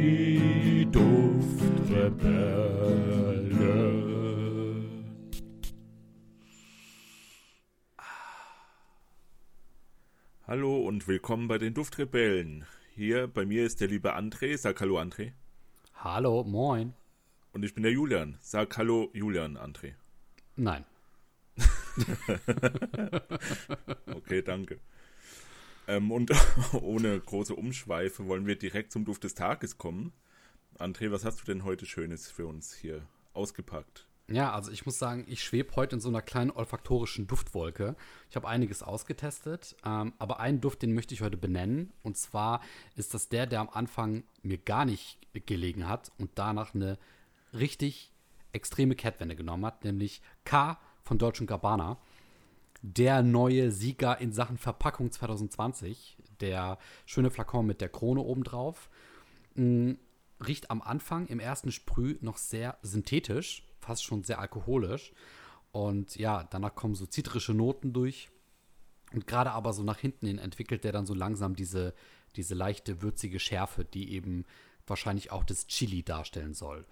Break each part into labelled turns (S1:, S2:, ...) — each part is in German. S1: Die Duftrebellen.
S2: Ah. Hallo und willkommen bei den Duftrebellen. Hier bei mir ist der liebe André. Sag Hallo André.
S3: Hallo, moin.
S2: Und ich bin der Julian. Sag Hallo Julian André.
S3: Nein.
S2: Okay, danke. Ähm, und ohne große Umschweife wollen wir direkt zum Duft des Tages kommen. André, was hast du denn heute Schönes für uns hier ausgepackt?
S3: Ja, also ich muss sagen, ich schwebe heute in so einer kleinen olfaktorischen Duftwolke. Ich habe einiges ausgetestet, ähm, aber einen Duft, den möchte ich heute benennen. Und zwar ist das der, der am Anfang mir gar nicht gelegen hat und danach eine richtig extreme Kehrtwende genommen hat, nämlich K von Deutsch Gabbana. Der neue Sieger in Sachen Verpackung 2020. Der schöne Flakon mit der Krone obendrauf. riecht am Anfang im ersten Sprüh noch sehr synthetisch, fast schon sehr alkoholisch. Und ja, danach kommen so zitrische Noten durch. Und gerade aber so nach hinten hin entwickelt der dann so langsam diese, diese leichte, würzige Schärfe, die eben wahrscheinlich auch das Chili darstellen soll.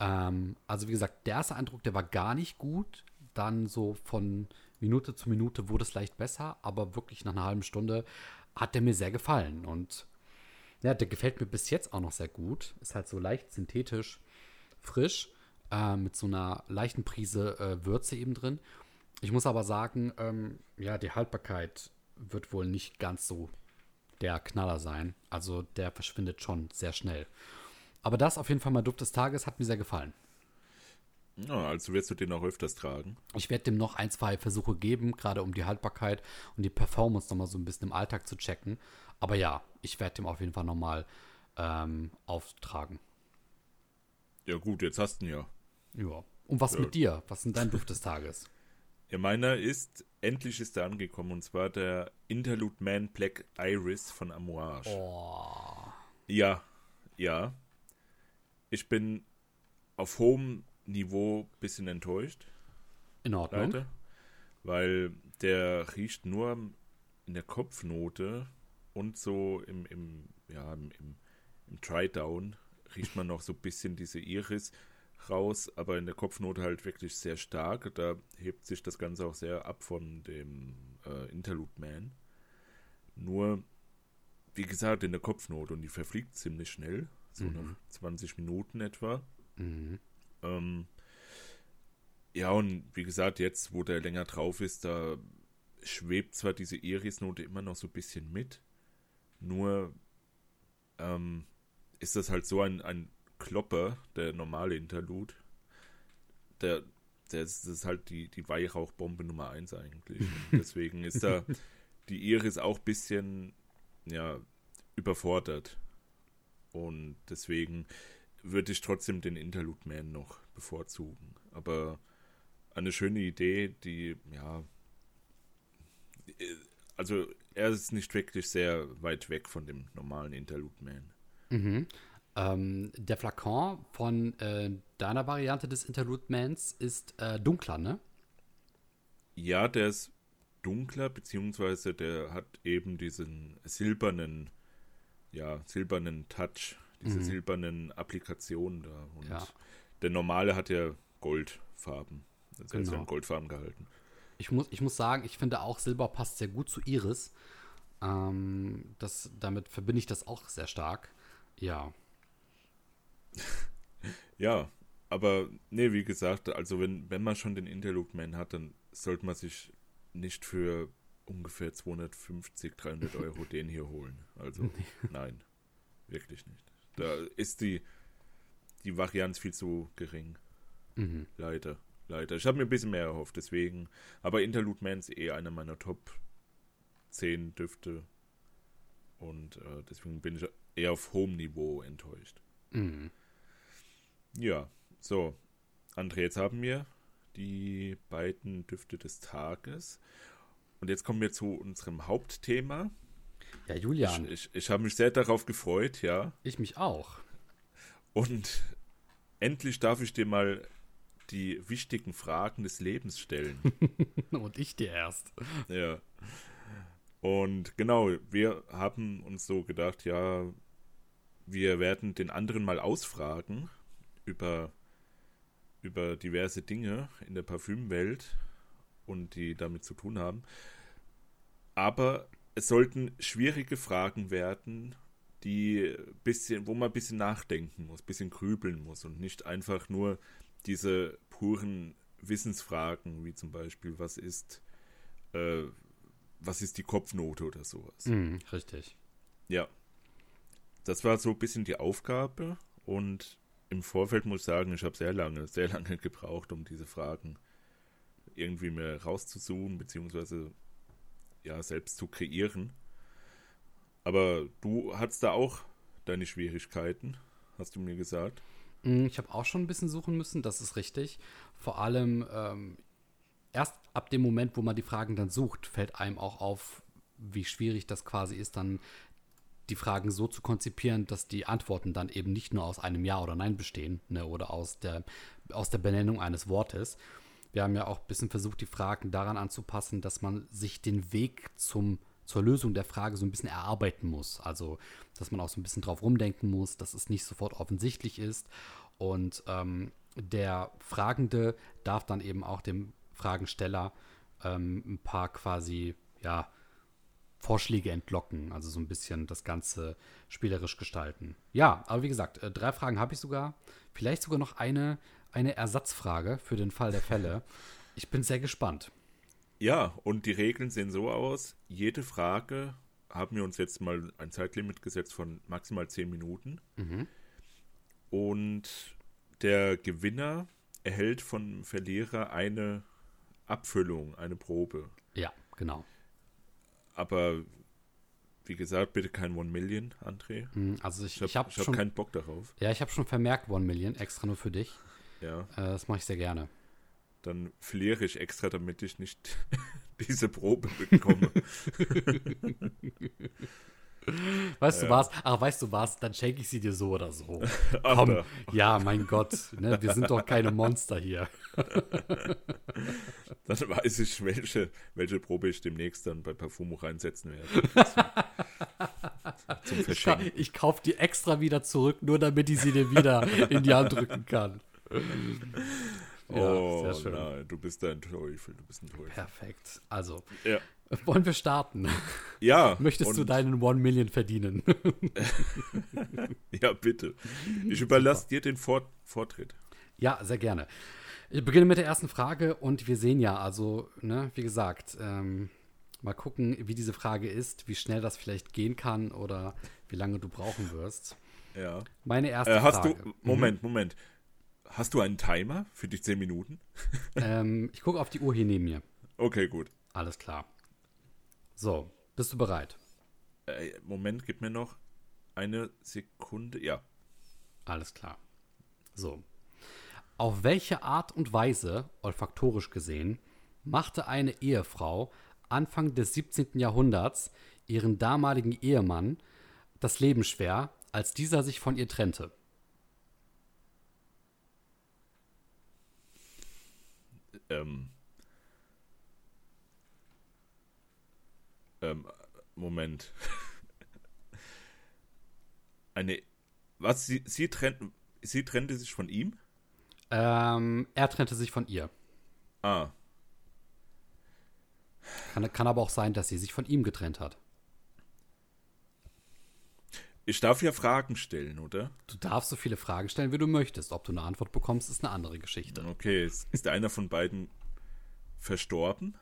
S3: Ähm, also wie gesagt, der erste Eindruck, der war gar nicht gut. Dann so von Minute zu Minute wurde es leicht besser, aber wirklich nach einer halben Stunde hat der mir sehr gefallen. Und ja, der gefällt mir bis jetzt auch noch sehr gut. Ist halt so leicht synthetisch, frisch, äh, mit so einer leichten Prise äh, Würze eben drin. Ich muss aber sagen, ähm, ja, die Haltbarkeit wird wohl nicht ganz so der Knaller sein. Also der verschwindet schon sehr schnell. Aber das auf jeden Fall mein Duft des Tages hat mir sehr gefallen.
S2: Ja, also wirst du den auch öfters tragen.
S3: Ich werde dem noch ein, zwei Versuche geben, gerade um die Haltbarkeit und die Performance nochmal so ein bisschen im Alltag zu checken. Aber ja, ich werde dem auf jeden Fall nochmal ähm, auftragen.
S2: Ja gut, jetzt hast du ihn ja.
S3: Ja. Und was
S2: Ja.
S3: mit dir? Was sind dein Duft des Tages?
S2: Ja, meiner ist, endlich ist er angekommen, und zwar der Interlude Man Black Iris von Amouage. Ja, ja. Ich bin auf hohem Niveau ein bisschen enttäuscht,
S3: In Ordnung.
S2: leider. Weil der riecht nur in der Kopfnote und so im, im, ja, im, im, im Try-Down riecht man noch so ein bisschen diese Iris raus, aber in der Kopfnote halt wirklich sehr stark. Da hebt sich das Ganze auch sehr ab von dem äh, Interlude Man. Nur, wie gesagt, in der Kopfnote und die verfliegt ziemlich schnell, so nach 20 Minuten etwa.
S3: Mhm.
S2: Ähm, ja, und wie gesagt, jetzt, wo der länger drauf ist, da schwebt zwar diese Iris-Note immer noch so ein bisschen mit, nur ähm, ist das halt so ein, ein Klopper, der normale Interlude. Der, der ist, das ist halt die, die Weihrauchbombe Nummer 1 eigentlich. Und Deswegen ist da die Iris auch ein bisschen ja, überfordert. Und deswegen würde ich trotzdem den Interlude Man noch bevorzugen. Aber eine schöne Idee, die, ja. äh, Also, er ist nicht wirklich sehr weit weg von dem normalen Interlude Man.
S3: Mhm. Ähm, der Flakon von äh, deiner Variante des Interlude Mans ist äh, dunkler, ne?
S2: Ja, der ist dunkler, beziehungsweise der hat eben diesen silbernen, ja, silbernen Touch, diese silbernen Applikationen da. Und
S3: Mhm. Ja.
S2: der normale hat ja Goldfarben. Also er ist ja
S3: Genau.
S2: in Goldfarben gehalten.
S3: Ich muss, ich muss sagen, ich finde auch Silber passt sehr gut zu Iris. Ähm, das, damit verbinde ich das auch sehr stark. Ja.
S2: Ja, aber nee, wie gesagt, also wenn, wenn man schon den Interlude Man hat, dann sollte man sich nicht für ungefähr 250, 300 Euro den hier holen. Also nein, wirklich nicht. Da ist die, die Varianz viel zu gering.
S3: Mhm.
S2: Leider, leider. Ich habe mir ein bisschen mehr erhofft, deswegen. Aber Interlude Man ist eh einer meiner Top 10 Düfte. Und äh, deswegen bin ich eher auf hohem Niveau enttäuscht.
S3: Mhm.
S2: Ja, so. André, jetzt haben wir die beiden Düfte des Tages. Und jetzt kommen wir zu unserem Hauptthema.
S3: Ja, Julian, ich,
S2: Ich, ich, ich habe mich sehr darauf gefreut, ja.
S3: mich auch.
S2: Und endlich darf ich dir mal die wichtigen Fragen des Lebens stellen.
S3: Und ich dir erst.
S2: Ja. Und genau, wir haben uns so gedacht, ja, Wir werden den anderen mal ausfragen über, über diverse Dinge in der Parfümwelt und die damit zu tun haben. Aber es sollten schwierige Fragen werden, die bisschen, wo man ein bisschen nachdenken muss, ein bisschen grübeln muss und nicht einfach nur diese puren Wissensfragen, wie zum Beispiel, was ist, äh, was ist die Kopfnote oder sowas.
S3: Mhm, richtig.
S2: Ja. Das war so ein bisschen die Aufgabe und im Vorfeld muss ich sagen, ich habe sehr lange, sehr lange gebraucht, um diese Fragen irgendwie mir rauszusuchen, beziehungsweise ja, selbst zu kreieren. Aber du hattest da auch deine Schwierigkeiten, hast du mir gesagt.
S3: Hm, Ich habe auch schon ein bisschen suchen müssen, das ist richtig. Vor allem ähm, erst ab dem Moment, wo man die Fragen dann sucht, fällt einem auch auf, wie schwierig das quasi ist, dann die Fragen so zu konzipieren, dass die Antworten dann eben nicht nur aus einem Ja oder Nein bestehen ne, oder aus der, aus der Benennung eines Wortes. Wir haben ja auch ein bisschen versucht, die Fragen daran anzupassen, dass man sich den Weg zum zur Lösung der Frage so ein bisschen erarbeiten muss. Also, dass man auch so ein bisschen drauf rumdenken muss, dass es nicht sofort offensichtlich ist. Und ähm, der Fragende darf dann eben auch dem Fragensteller ähm, ein paar quasi, ja, Vorschläge entlocken. Also so ein bisschen das Ganze spielerisch gestalten. Ja, aber wie gesagt, äh, drei Fragen habe ich sogar. Vielleicht sogar noch eine, eine Ersatzfrage für den Fall der Fälle. Ich bin sehr gespannt.
S2: Ja, und die Regeln sehen so aus: jede Frage haben wir uns jetzt mal ein Zeitlimit gesetzt von maximal 10 Minuten.
S3: Mhm.
S2: Und der Gewinner erhält vom Verlierer eine Abfüllung, eine Probe.
S3: Ja, genau.
S2: Aber wie gesagt, bitte kein One Million, André.
S3: Mm, Also ich, ich habe
S2: ich hab
S3: schon,
S2: keinen Bock darauf.
S3: ja, ich habe schon vermerkt One Million extra nur für dich.
S2: Ja,
S3: Äh, das mache ich sehr gerne.
S2: dann verliere ich extra, damit ich nicht diese Probe bekomme.
S3: Weißt du was? Ach, weißt du was? Dann schenke ich sie dir so oder so.
S2: Aber
S3: Komm, ja, mein Gott, ne, wir sind doch keine Monster hier.
S2: dann weiß ich, welche, welche Probe ich demnächst dann bei Parfumo reinsetzen werde. Zum, zum
S3: Ich, ka-
S2: Verschenken.
S3: ich kaufe die extra wieder zurück, nur damit ich sie dir wieder in die Hand drücken kann. Ja,
S2: oh,
S3: sehr schön.
S2: nein, du bist ein Teufel, du bist ein Teufel.
S3: Perfekt. Also,
S2: Ja,
S3: wollen wir starten?
S2: ja
S3: Möchtest du
S2: und-
S3: deinen One Million verdienen?
S2: Ja, bitte. Ich überlasse dir den Vor Vortritt.
S3: Ja, sehr gerne. Ich beginne mit der ersten Frage und wir sehen ja, also, ne, wie gesagt, ähm, mal gucken, wie diese Frage ist, wie schnell das vielleicht gehen kann oder wie lange du brauchen wirst.
S2: Ja.
S3: Meine erste
S2: Äh, hast
S3: Frage. Mhm.
S2: du, Moment, Moment. Hast du einen Timer für die 10 Minuten?
S3: Ähm, ich gucke auf die Uhr hier neben mir.
S2: Okay, gut.
S3: Alles klar. So, bist du bereit?
S2: Äh, Moment, gib mir noch eine Sekunde. Ja.
S3: Alles klar. So. Auf welche Art und Weise, olfaktorisch gesehen, machte eine Ehefrau Anfang des 17. Jahrhunderts ihren damaligen Ehemann das Leben schwer, als dieser sich von ihr trennte?
S2: Ähm, ähm, Moment. Eine. Was? Sie, sie, trennt, sie trennte sich von ihm?
S3: Ähm, er trennte sich von ihr.
S2: Ah,
S3: Kann, kann aber auch sein, dass sie sich von ihm getrennt hat.
S2: ich darf ja Fragen stellen, oder?
S3: Du darfst so viele Fragen stellen, wie du möchtest. Ob du eine Antwort bekommst, ist eine andere Geschichte.
S2: Okay, ist, ist einer von beiden verstorben?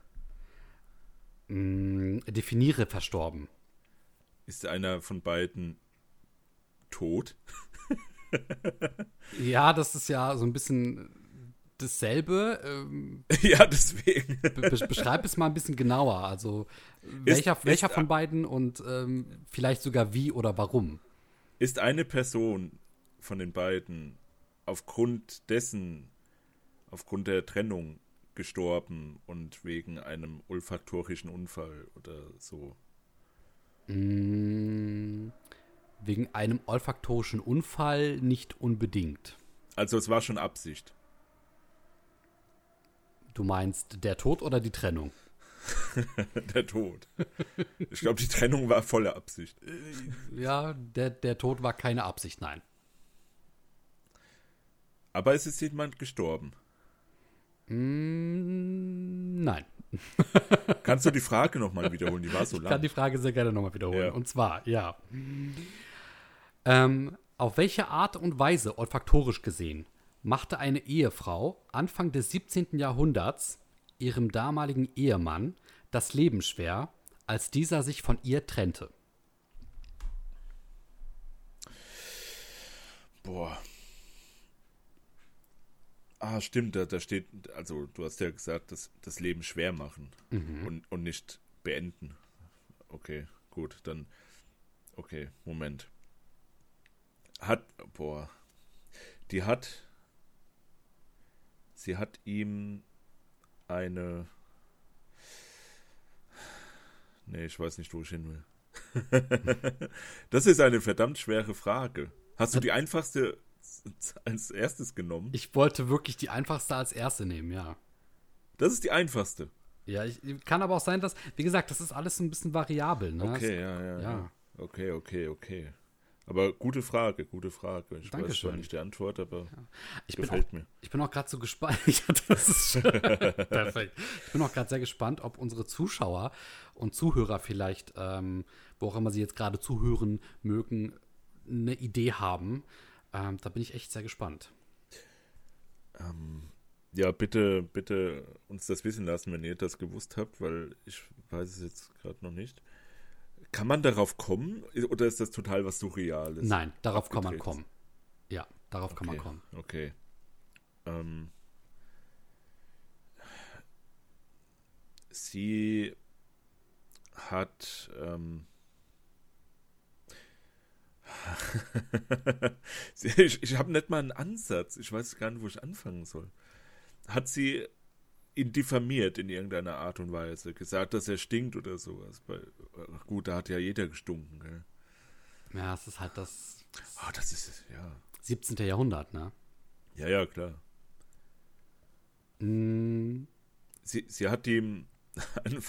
S3: Mm, definiere verstorben.
S2: Ist einer von beiden tot?
S3: Ja, das ist ja so ein bisschen dasselbe. Ähm,
S2: ja, deswegen.
S3: Be beschreib es mal ein bisschen genauer. Also, welcher,
S2: ist-
S3: welcher von beiden und ähm, vielleicht sogar wie oder warum?
S2: Ist eine Person von den beiden aufgrund dessen, aufgrund der Trennung gestorben und wegen einem olfaktorischen Unfall oder so?
S3: Mm, wegen einem olfaktorischen Unfall nicht unbedingt.
S2: Also es war schon Absicht.
S3: Du meinst der Tod oder die Trennung?
S2: der Tod. Ich glaube, die Trennung war volle Absicht.
S3: Ja, der, der Tod war keine Absicht, nein.
S2: Aber es ist jemand gestorben.
S3: Mm, nein.
S2: Kannst du die Frage nochmal wiederholen? Die war so
S3: Ich kann
S2: lang.
S3: die Frage sehr gerne nochmal wiederholen.
S2: Ja.
S3: Und zwar, ja. Ähm, auf welche Art und Weise, olfaktorisch gesehen, machte eine Ehefrau Anfang des 17. Jahrhunderts ihrem damaligen Ehemann das Leben schwer, als dieser sich von ihr trennte?
S2: Boah. Ah, stimmt, da, da steht, also du hast ja gesagt, das, das Leben schwer machen und, und nicht beenden. Okay, gut, dann. Okay, Moment. Hat, boah. Die hat. Sie hat ihm eine. Nee, ich weiß nicht, wo ich hin will. das ist eine verdammt schwere Frage. Hast du die einfachste als erstes genommen?
S3: Ich wollte wirklich die einfachste als erste nehmen, ja.
S2: Das ist die einfachste.
S3: Ja, ich, kann aber auch sein, dass, wie gesagt, das ist alles so ein bisschen variabel. Ne?
S2: Okay, ja, ja,
S3: ja.
S2: ja. Okay, okay, okay. Aber gute Frage, gute Frage. Ich weiß zwar
S3: Dankeschön.
S2: nicht die Antwort, aber
S3: Ich bin
S2: gefällt
S3: auch,
S2: mir.
S3: Ich bin auch gerade so gespannt. ja, das ist schon perfekt. Ich bin auch gerade sehr gespannt, ob unsere Zuschauer und Zuhörer vielleicht, ähm, wo auch immer sie jetzt gerade zuhören mögen, eine Idee haben. Ähm, da bin ich echt sehr gespannt.
S2: Ähm, Ja, bitte, bitte uns das wissen lassen, wenn ihr das gewusst habt, weil ich weiß es jetzt gerade noch nicht. Kann man darauf kommen oder ist das total was Surreales?
S3: Nein, darauf kann man
S2: abgedreht.
S3: kommen. Ja, darauf kann man
S2: okay.
S3: kommen.
S2: Okay. Ähm, sie hat. Ähm, Sie- ich ich habe nicht mal einen Ansatz. Ich weiß gar nicht, wo ich anfangen soll. Hat sie ihn diffamiert in irgendeiner Art und Weise? Gesagt, dass er stinkt oder sowas? Weil, ach gut, da hat ja jeder gestunken. Gell?
S3: Ja, es ist halt das
S2: Ah, das ist ja.
S3: 17. Jahrhundert, ne?
S2: Ja, ja, klar.
S3: Mm,
S2: sie, sie hat ihm ein,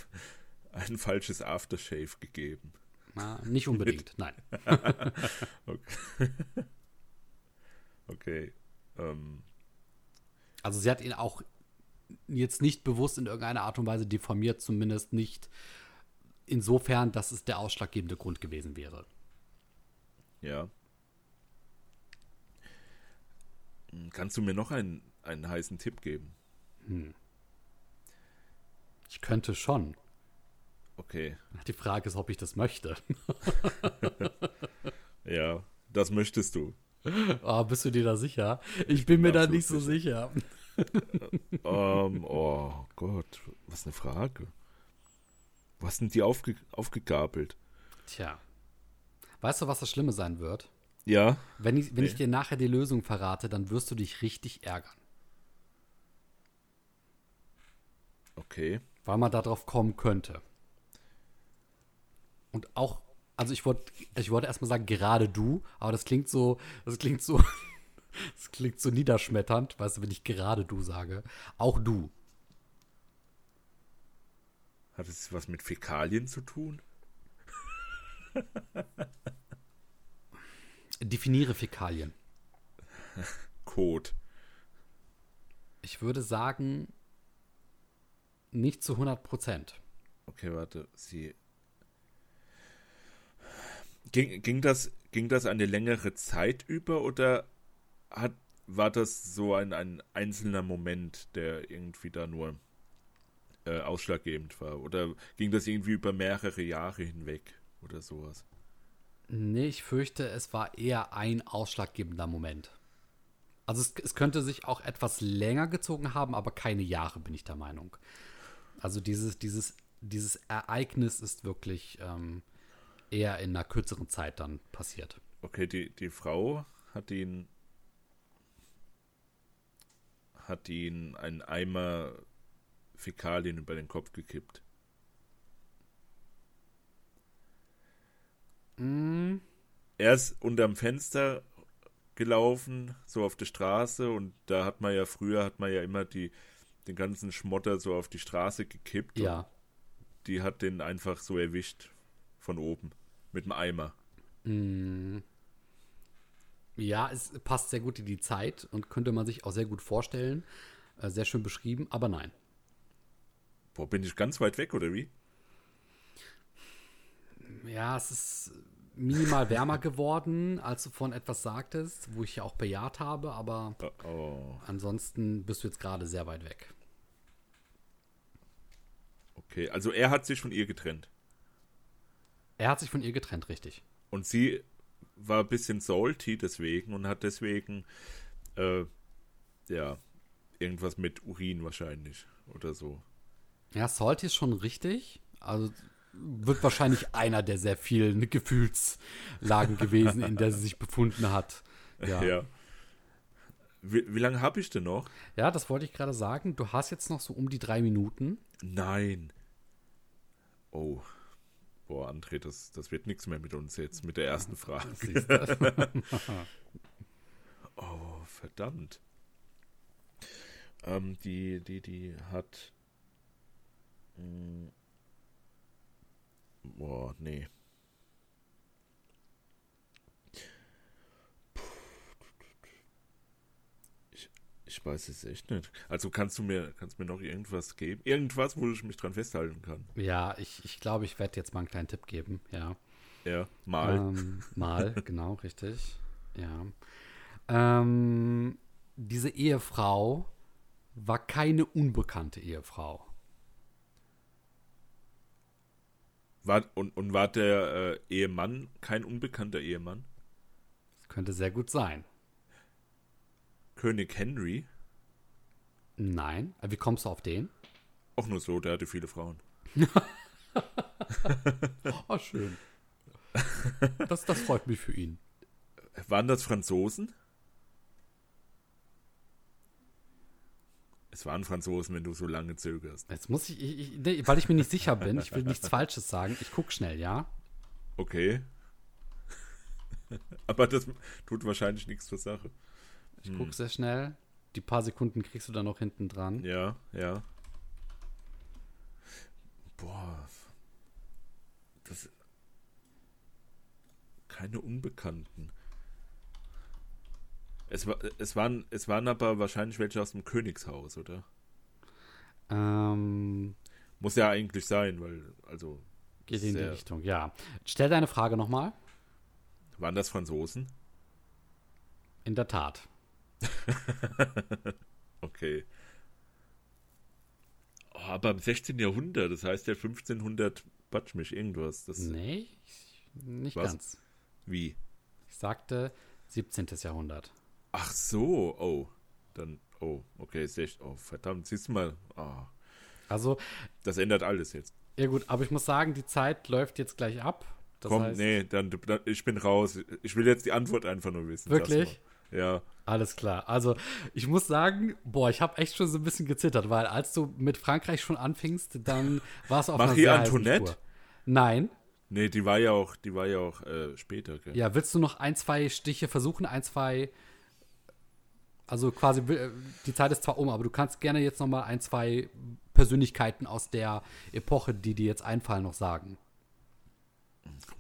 S2: ein falsches Aftershave gegeben.
S3: na, nicht unbedingt, nein.
S2: Okay. Ähm,
S3: Also sie hat ihn auch jetzt nicht bewusst in irgendeiner Art und Weise deformiert, zumindest nicht insofern, dass es der ausschlaggebende Grund gewesen wäre.
S2: ja. Hm, Kannst du mir noch einen, einen heißen Tipp geben?
S3: Ich könnte schon.
S2: Okay.
S3: Die Frage ist, ob ich das möchte.
S2: Ja, das möchtest du.
S3: Oh, bist du dir da sicher? Ich bin mir
S2: bin
S3: da
S2: absolut
S3: nicht so sicher.
S2: ähm, oh Gott, was eine Frage. Was sind die aufge, aufgegabelt?
S3: Tja. Weißt du, was das Schlimme sein wird?
S2: Ja,
S3: Wenn ich, wenn ich dir nachher die Lösung verrate, dann wirst du dich richtig ärgern.
S2: okay.
S3: weil man darauf kommen könnte. Und auch, also ich wollte, ich wollte erstmal sagen, gerade du, aber das klingt so, das klingt so, das klingt so niederschmetternd, weißt du, wenn ich gerade du sage. Auch du.
S2: Hat es was mit Fäkalien zu tun?
S3: Definiere Fäkalien.
S2: Kot.
S3: Ich würde sagen, nicht zu 100 Prozent.
S2: Okay, warte, sie. Ging, ging, das, ging das eine längere Zeit über oder hat, war das so ein, ein einzelner Moment, der irgendwie da nur äh, ausschlaggebend war? Oder ging das irgendwie über mehrere Jahre hinweg oder sowas?
S3: Nee, ich fürchte, es war eher ein ausschlaggebender Moment. Also es, es könnte sich auch etwas länger gezogen haben, aber keine Jahre, bin ich der Meinung. Also dieses, dieses, dieses Ereignis ist wirklich ähm, eher in einer kürzeren Zeit dann passiert.
S2: Okay, die, die Frau hat ihn. hat ihn einen Eimer Fäkalien über den Kopf gekippt. Er ist unterm Fenster gelaufen, so auf der Straße, und da hat man ja früher, hat man ja immer die, den ganzen Schmotter so auf die Straße gekippt.
S3: Ja,
S2: Und die hat den einfach so erwischt von oben mit dem Eimer.
S3: Mm. Ja, es passt sehr gut in die Zeit und könnte man sich auch sehr gut vorstellen. Äh, Sehr schön beschrieben, aber nein.
S2: Boah, bin ich ganz weit weg, oder wie?
S3: Ja, es ist minimal wärmer geworden, als du vorhin etwas sagtest, wo ich ja auch bejaht habe, aber
S2: Oh, Oh,
S3: ansonsten bist du jetzt gerade sehr weit weg.
S2: okay. Also er hat sich von ihr getrennt.
S3: Er hat sich von ihr getrennt, richtig.
S2: Und sie war ein bisschen salty deswegen und hat deswegen, äh, ja, irgendwas mit Urin wahrscheinlich oder so.
S3: Ja, Salty ist schon richtig. Also wird wahrscheinlich einer der sehr vielen Gefühlslagen gewesen, in der sie sich befunden hat. Ja, ja.
S2: Wie, wie lange habe ich denn noch?
S3: das wollte ich gerade sagen. Du hast jetzt noch so um die drei Minuten.
S2: Nein. Oh. Boah, André, das, das wird nichts mehr mit uns jetzt, mit der ersten Frage.
S3: Siehst du?
S2: Oh, verdammt. Ähm, die, die, die hat. Mm. Boah, nee. Ich, ich weiß es echt nicht. Also kannst du mir, kannst mir noch irgendwas geben? Irgendwas, wo ich mich dran festhalten kann.
S3: ja, ich, ich glaube, ich werde jetzt mal einen kleinen Tipp geben. Ja.
S2: Ja, mal.
S3: Ähm, mal, genau, richtig. Ja. Ähm, diese Ehefrau war keine unbekannte Ehefrau.
S2: War, und, und war der äh, Ehemann kein unbekannter Ehemann?
S3: Das könnte sehr gut sein.
S2: König Henry?
S3: Nein. Äh, Wie kommst du auf den?
S2: Auch nur so, der hatte viele Frauen.
S3: Oh, schön. Das, das freut mich für ihn.
S2: Waren das Franzosen? Es waren Franzosen, wenn du so lange zögerst.
S3: Jetzt muss ich, ich, ich nee, weil ich mir nicht sicher bin, ich will nichts Falsches sagen. Ich guck schnell, ja?
S2: Okay. Aber das tut wahrscheinlich nichts zur Sache.
S3: Ich guck sehr schnell. Die paar Sekunden kriegst du dann noch hinten dran.
S2: Ja, ja. Boah. Das. Keine Unbekannten. Es, wa- es, waren, es waren aber wahrscheinlich welche aus dem Königshaus, oder?
S3: Ähm,
S2: Muss ja eigentlich sein, weil, also,
S3: geht in die
S2: Sehr.
S3: Richtung, ja. Stell deine Frage nochmal.
S2: waren das Franzosen?
S3: In der Tat.
S2: Okay. Oh, aber im 16. Jahrhundert, das heißt ja 1500, batsch mich irgendwas. Das,
S3: Nee, ich- nicht
S2: Was?
S3: ganz.
S2: Wie?
S3: Ich sagte 17. Jahrhundert.
S2: Ach so, oh. Dann, oh, okay, ist echt, oh, verdammt, siehst du mal, ah,
S3: Also,
S2: das ändert alles jetzt.
S3: ja gut, aber ich muss sagen, die Zeit läuft jetzt gleich ab. Das
S2: Komm,
S3: heißt,
S2: nee, dann, dann, ich bin raus. Ich will jetzt die Antwort einfach nur wissen. sag's
S3: Wirklich?
S2: mal. Ja,
S3: Alles klar. Also, ich muss sagen, boah, ich habe echt schon so ein bisschen gezittert, weil als du mit Frankreich schon anfingst, dann war es auf
S2: Marie
S3: sehr heißen
S2: Antoinette?
S3: Spur. Nein.
S2: nee, die war ja auch, die war ja auch äh, später, gell?
S3: Ja, willst du noch ein, zwei Stiche versuchen? Ein, zwei. Also quasi, äh, die Zeit ist zwar um, aber du kannst gerne jetzt noch mal ein, zwei Persönlichkeiten aus der Epoche, die dir jetzt einfallen, noch sagen.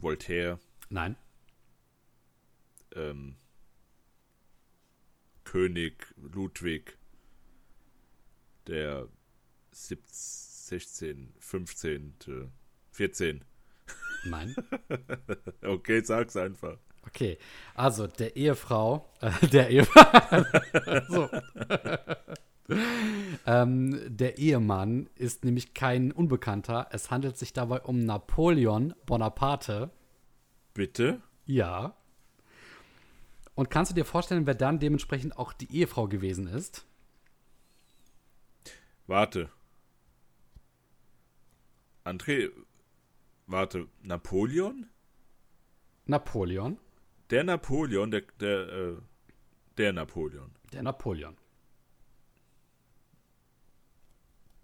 S2: Voltaire,
S3: Nein.
S2: ähm, König Ludwig, der 17, 16, 15, 14.
S3: Nein.
S2: Okay, sag's einfach.
S3: Okay, also der Ehefrau, äh, der Ehe, so. ähm, der Ehemann ist nämlich kein Unbekannter. Es handelt sich dabei um Napoleon Bonaparte.
S2: Bitte?
S3: Ja. Und kannst du dir vorstellen, wer dann dementsprechend auch die Ehefrau gewesen ist?
S2: Warte. André, warte. Napoleon?
S3: Napoleon.
S2: Der Napoleon, der, der, äh, der Napoleon.
S3: Der Napoleon.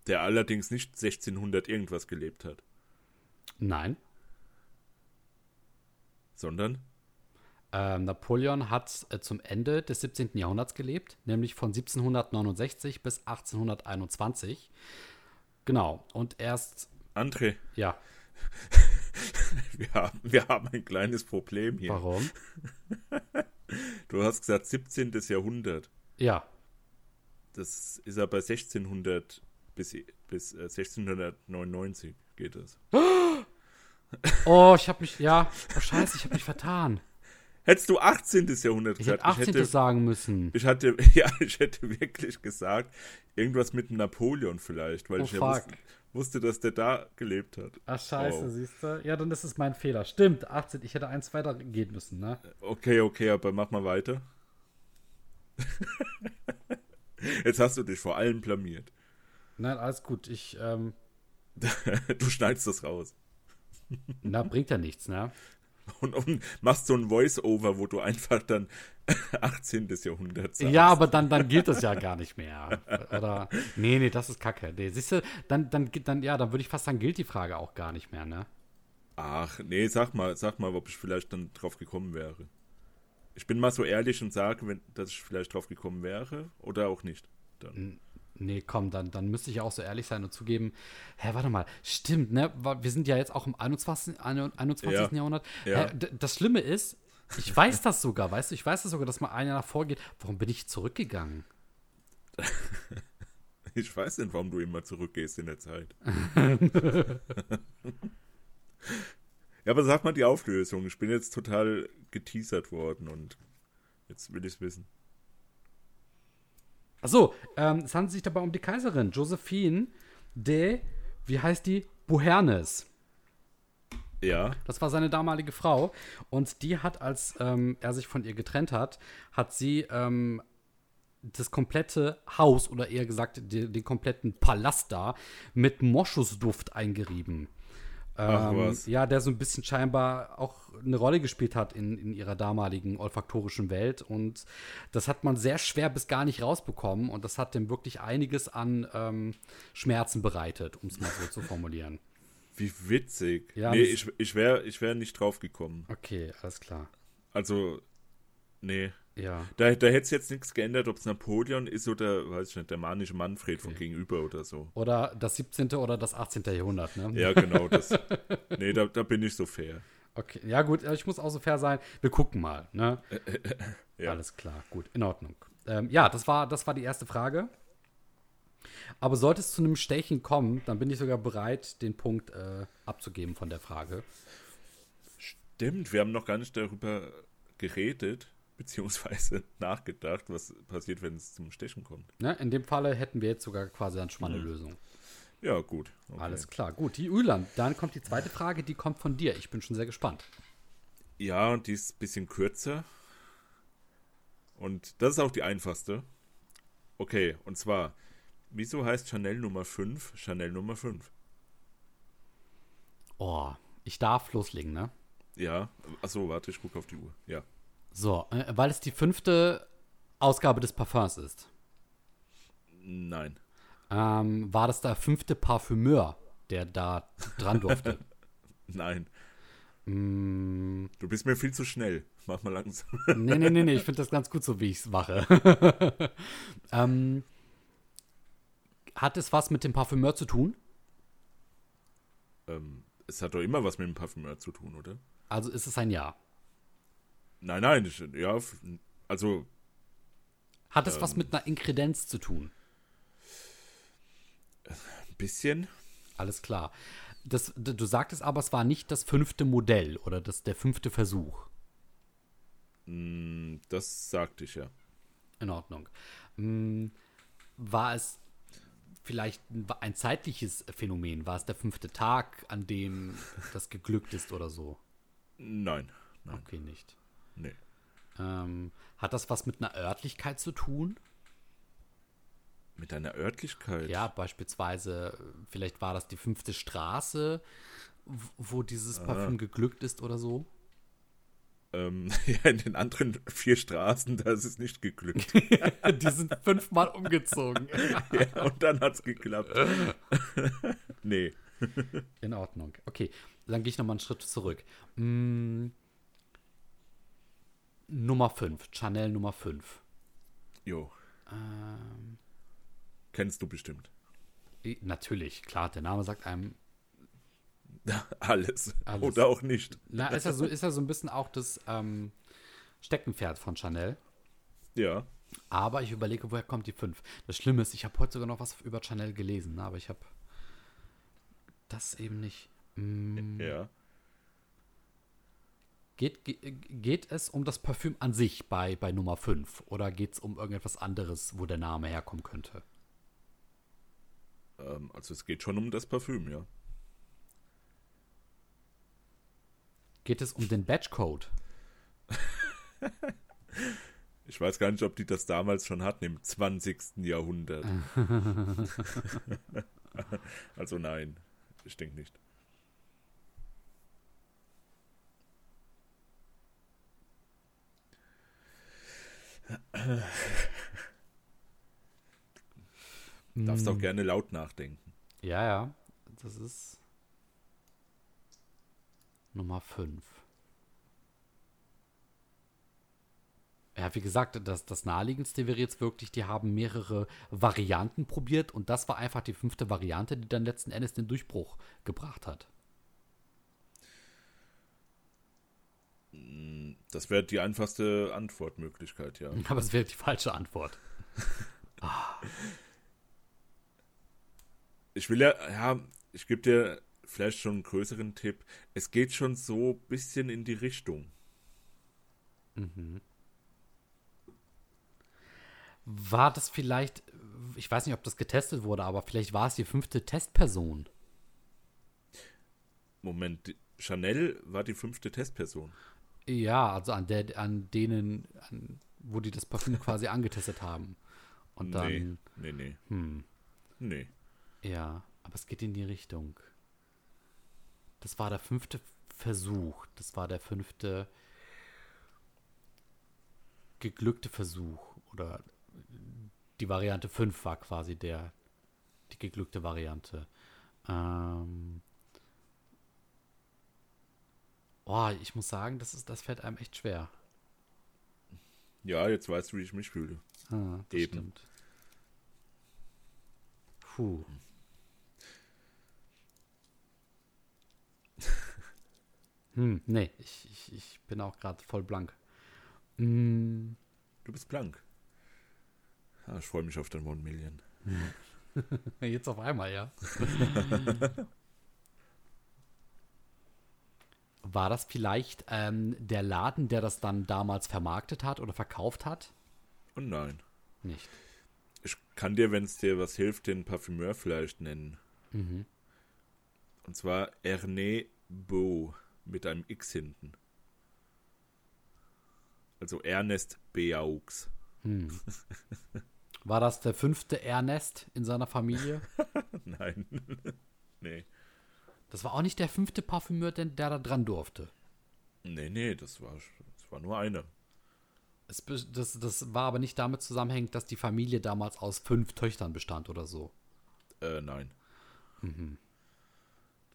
S2: Der allerdings nicht 1600 irgendwas gelebt hat,
S3: Nein.
S2: sondern
S3: Ähm, Napoleon hat äh, zum Ende des 17. Jahrhunderts gelebt, nämlich von 1769 bis 1821. Genau, und erst
S2: André,
S3: Ja,
S2: wir haben, wir haben ein kleines Problem hier.
S3: warum?
S2: Du hast gesagt 17. Jahrhundert.
S3: Ja,
S2: Das ist aber 1600 bis, bis äh, 1699 geht das.
S3: Oh, ich habe mich, ja, oh scheiße, ich habe mich vertan.
S2: Hättest du 18. Jahrhundert
S3: Ich hätte
S2: gesagt, ich
S3: 18.
S2: hätte,
S3: sagen müssen.
S2: ich hatte, ja, ich hätte wirklich gesagt, irgendwas mit dem Napoleon vielleicht, weil
S3: Oh,
S2: ich ja
S3: fuck.
S2: wusste, wusste, dass der da gelebt hat.
S3: Ach scheiße,
S2: Wow.
S3: siehst du? Ja, dann ist es mein Fehler. Stimmt, 18, ich hätte eins weiter gehen müssen, ne?
S2: Okay, okay, aber mach mal weiter. Jetzt hast du dich vor allem blamiert.
S3: Nein, alles gut, ich, ähm,
S2: Du schneidest das raus
S3: na, bringt ja nichts, ne?
S2: und, und machst so ein Voice-Over, wo du einfach dann 18. Jahrhundert sagst.
S3: Ja, aber dann, dann gilt das ja gar nicht mehr. Oder, nee, nee, das ist kacke. Nee, siehst du, dann, dann, geht- dann, ja, dann würde ich fast sagen, gilt die Frage auch gar nicht mehr, ne?
S2: Ach, nee, sag mal, sag mal, ob ich vielleicht dann drauf gekommen wäre. Ich bin mal so ehrlich und sage, wenn, dass ich vielleicht drauf gekommen wäre oder auch nicht.
S3: Hm.
S2: Dann.
S3: Nee, komm, dann, dann müsste ich ja auch so ehrlich sein und zugeben, hä, warte mal, stimmt, ne? wa- Wir sind ja jetzt auch im 21. 21.
S2: Ja.
S3: Jahrhundert.
S2: Ja.
S3: Hä, d- das Schlimme ist, ich weiß das sogar, weißt du, ich weiß das sogar, dass mal ein Jahr vorgeht. Warum bin ich zurückgegangen?
S2: Ich weiß nicht, warum du immer zurückgehst in der Zeit. ja, aber sag mal die Auflösung. Ich bin jetzt total geteasert worden und jetzt will ich es wissen.
S3: Achso, ähm, es handelt sich dabei um die Kaiserin, Josephine de, wie heißt die? Bohernes.
S2: Ja,
S3: Das war seine damalige Frau. Und die hat, als ähm, er sich von ihr getrennt hat, hat sie ähm, das komplette Haus oder eher gesagt die, den kompletten Palast da mit Moschusduft eingerieben.
S2: Ach
S3: Ähm,
S2: was.
S3: Ja, der so ein bisschen scheinbar auch eine Rolle gespielt hat in, in ihrer damaligen olfaktorischen Welt. Und das hat man sehr schwer bis gar nicht rausbekommen. Und das hat dem wirklich einiges an ähm, Schmerzen bereitet, um es mal so zu formulieren.
S2: wie witzig.
S3: Ja,
S2: nee,
S3: das-
S2: ich, ich wäre ich wär nicht drauf gekommen.
S3: Okay, alles klar.
S2: Also, nee.
S3: Ja.
S2: Da, da hätte es jetzt nichts geändert, ob es Napoleon ist oder, weiß ich nicht, der manische Manfred von gegenüber oder so.
S3: Oder das 17. oder das 18. Jahrhundert, ne?
S2: Ja, genau das. nee, da, da bin ich so fair.
S3: Okay. Ja, gut, aber ich muss auch so fair sein. Wir gucken mal, ne?
S2: ja.
S3: Alles klar, gut, in Ordnung. Ähm, ja, das war, das war die erste Frage. Aber sollte es zu einem Stechen kommen, dann bin ich sogar bereit, den Punkt äh, abzugeben von der Frage.
S2: Stimmt, wir haben noch gar nicht darüber geredet, beziehungsweise nachgedacht, was passiert, wenn es zum Stechen kommt.
S3: Ne? In dem Falle hätten wir jetzt sogar quasi dann schon mal eine Lösung.
S2: Ja, gut. Mhm. okay.
S3: Alles klar, gut. Die Ulan, dann kommt die zweite Frage, die kommt von dir. Ich bin schon sehr gespannt.
S2: Ja, und die ist ein bisschen kürzer. Und das ist auch die einfachste. Okay, und zwar, wieso heißt Chanel Nummer 5 Chanel Nummer 5?
S3: Oh, ich darf loslegen, ne?
S2: Ja, achso, warte, ich gucke auf die Uhr. Ja.
S3: So, äh, weil es die fünfte Ausgabe des Parfums ist.
S2: Nein.
S3: ähm, war das der fünfte Parfümeur, der da dran durfte.
S2: Nein.
S3: Mm.
S2: Du bist mir viel zu schnell. Mach mal langsam.
S3: nee, nee, nee, nee, ich finde das ganz gut so, wie ich es mache. ähm, hat es was mit dem Parfümeur zu tun?
S2: ähm, es hat doch immer was mit dem Parfümeur zu tun, oder?
S3: Also ist es ein Ja.
S2: Nein, nein, ich, ja, f- also
S3: Hat es was mit einer Inkredenz zu tun?
S2: ein bisschen.
S3: Alles klar. Das, d- du sagtest aber, es war nicht das fünfte Modell oder das, der fünfte Versuch.
S2: Mm, Das sagte ich ja.
S3: In Ordnung. Mm, War es vielleicht ein zeitliches Phänomen? War es der fünfte Tag, an dem das geglückt ist oder so?
S2: Nein, nein,
S3: Okay, nicht.
S2: nee.
S3: Ähm, hat das was mit einer Örtlichkeit zu tun?
S2: Mit einer Örtlichkeit.
S3: Ja, beispielsweise, äh, vielleicht war das die fünfte Straße, w- wo dieses
S2: Ah.
S3: Parfüm geglückt ist oder so.
S2: Ähm, ja, in den anderen vier Straßen, da ist es nicht geglückt.
S3: die sind fünfmal umgezogen.
S2: ja, und dann hat es geklappt. nee.
S3: In Ordnung. Okay, dann gehe ich nochmal einen Schritt zurück. Mm, Nummer 5, Chanel Nummer 5.
S2: Jo.
S3: Ähm.
S2: Kennst du bestimmt.
S3: Natürlich, klar, der Name sagt einem
S2: Alles.
S3: Alles.
S2: Oder auch nicht.
S3: Na, ist ja so, ist ja so ein bisschen auch das ähm, Steckenpferd von Chanel.
S2: Ja.
S3: Aber ich überlege, woher kommt die 5? Das Schlimme ist, ich habe heute sogar noch was über Chanel gelesen, ne? aber ich habe das eben nicht. Mm,
S2: Ja.
S3: Geht, ge- geht es um das Parfüm an sich bei, bei Nummer 5 oder geht es um irgendetwas anderes, wo der Name herkommen könnte?
S2: Ähm, also es geht schon um das Parfüm, ja.
S3: Geht es um den Batchcode?
S2: Ich weiß gar nicht, ob die das damals schon hatten im 20. Jahrhundert. also nein, ich denke nicht. Darfst auch gerne laut nachdenken.
S3: Ja, ja, das ist Nummer 5. Ja, wie gesagt, das, das naheliegendste wäre jetzt wirklich, die haben mehrere Varianten probiert und das war einfach die fünfte Variante, die dann letzten Endes den Durchbruch gebracht hat.
S2: Das wäre die einfachste Antwortmöglichkeit, ja.
S3: Aber es wäre die falsche Antwort.
S2: Ich will ja, ja, ich gebe dir vielleicht schon einen größeren Tipp. Es geht schon so ein bisschen in die Richtung.
S3: War das vielleicht, ich weiß nicht, ob das getestet wurde, aber vielleicht war es die fünfte Testperson.
S2: Moment, die- Chanel war die fünfte Testperson.
S3: Ja, also an, der, an denen, an, wo die das Parfüm quasi angetestet haben. Und dann.
S2: nee, nee, nee. Nee.
S3: Ja, aber es geht in die Richtung. Das war der fünfte Versuch. Das war der fünfte geglückte Versuch. Oder die Variante 5 war quasi der, die geglückte Variante. Ähm. Oh, ich muss sagen, das, ist, das fällt einem echt schwer.
S2: Ja, jetzt weißt du, wie ich mich fühle.
S3: Ah, das
S2: Eben.
S3: stimmt. Puh. Hm, nee, ich, ich, ich bin auch gerade voll blank. Hm,
S2: Du bist blank. Ah, ich freue mich auf dein One Million.
S3: jetzt auf einmal, ja. War das vielleicht ähm, der Laden, der das dann damals vermarktet hat oder verkauft hat?
S2: Und Oh nein.
S3: Nicht.
S2: Ich kann dir, wenn es dir was hilft, den Parfümeur vielleicht nennen.
S3: Mhm.
S2: Und zwar Erne Beau mit einem X hinten. Also Ernest Beaux.
S3: War das der fünfte Ernest in seiner Familie?
S2: Nein. nee.
S3: Das war auch nicht der fünfte Parfümeur, der, der da dran durfte.
S2: Nee, nee, das war, das war nur eine.
S3: Es, be- das, das war aber nicht damit zusammenhängend, dass die Familie damals aus fünf Töchtern bestand oder so.
S2: Äh, nein.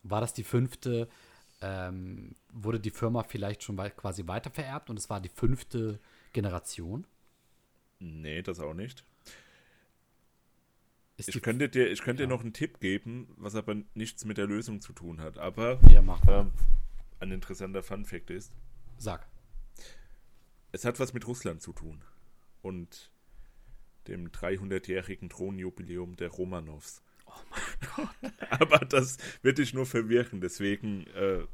S3: War das die fünfte, ähm, wurde die Firma vielleicht schon wei- quasi weitervererbt und es war die fünfte Generation?
S2: Nee, das auch nicht.
S3: Ist
S2: Ich
S3: die
S2: könnte dir, ich könnte
S3: Ja.
S2: dir noch einen Tipp geben, was aber nichts mit der Lösung zu tun hat. Aber
S3: Ja, mach mal.
S2: ähm, ein interessanter Funfact ist,
S3: Sag.
S2: es hat was mit Russland zu tun. Und dem 300-jährigen Thronjubiläum der Romanows.
S3: Oh
S2: Aber das wird dich nur verwirren, deswegen äh,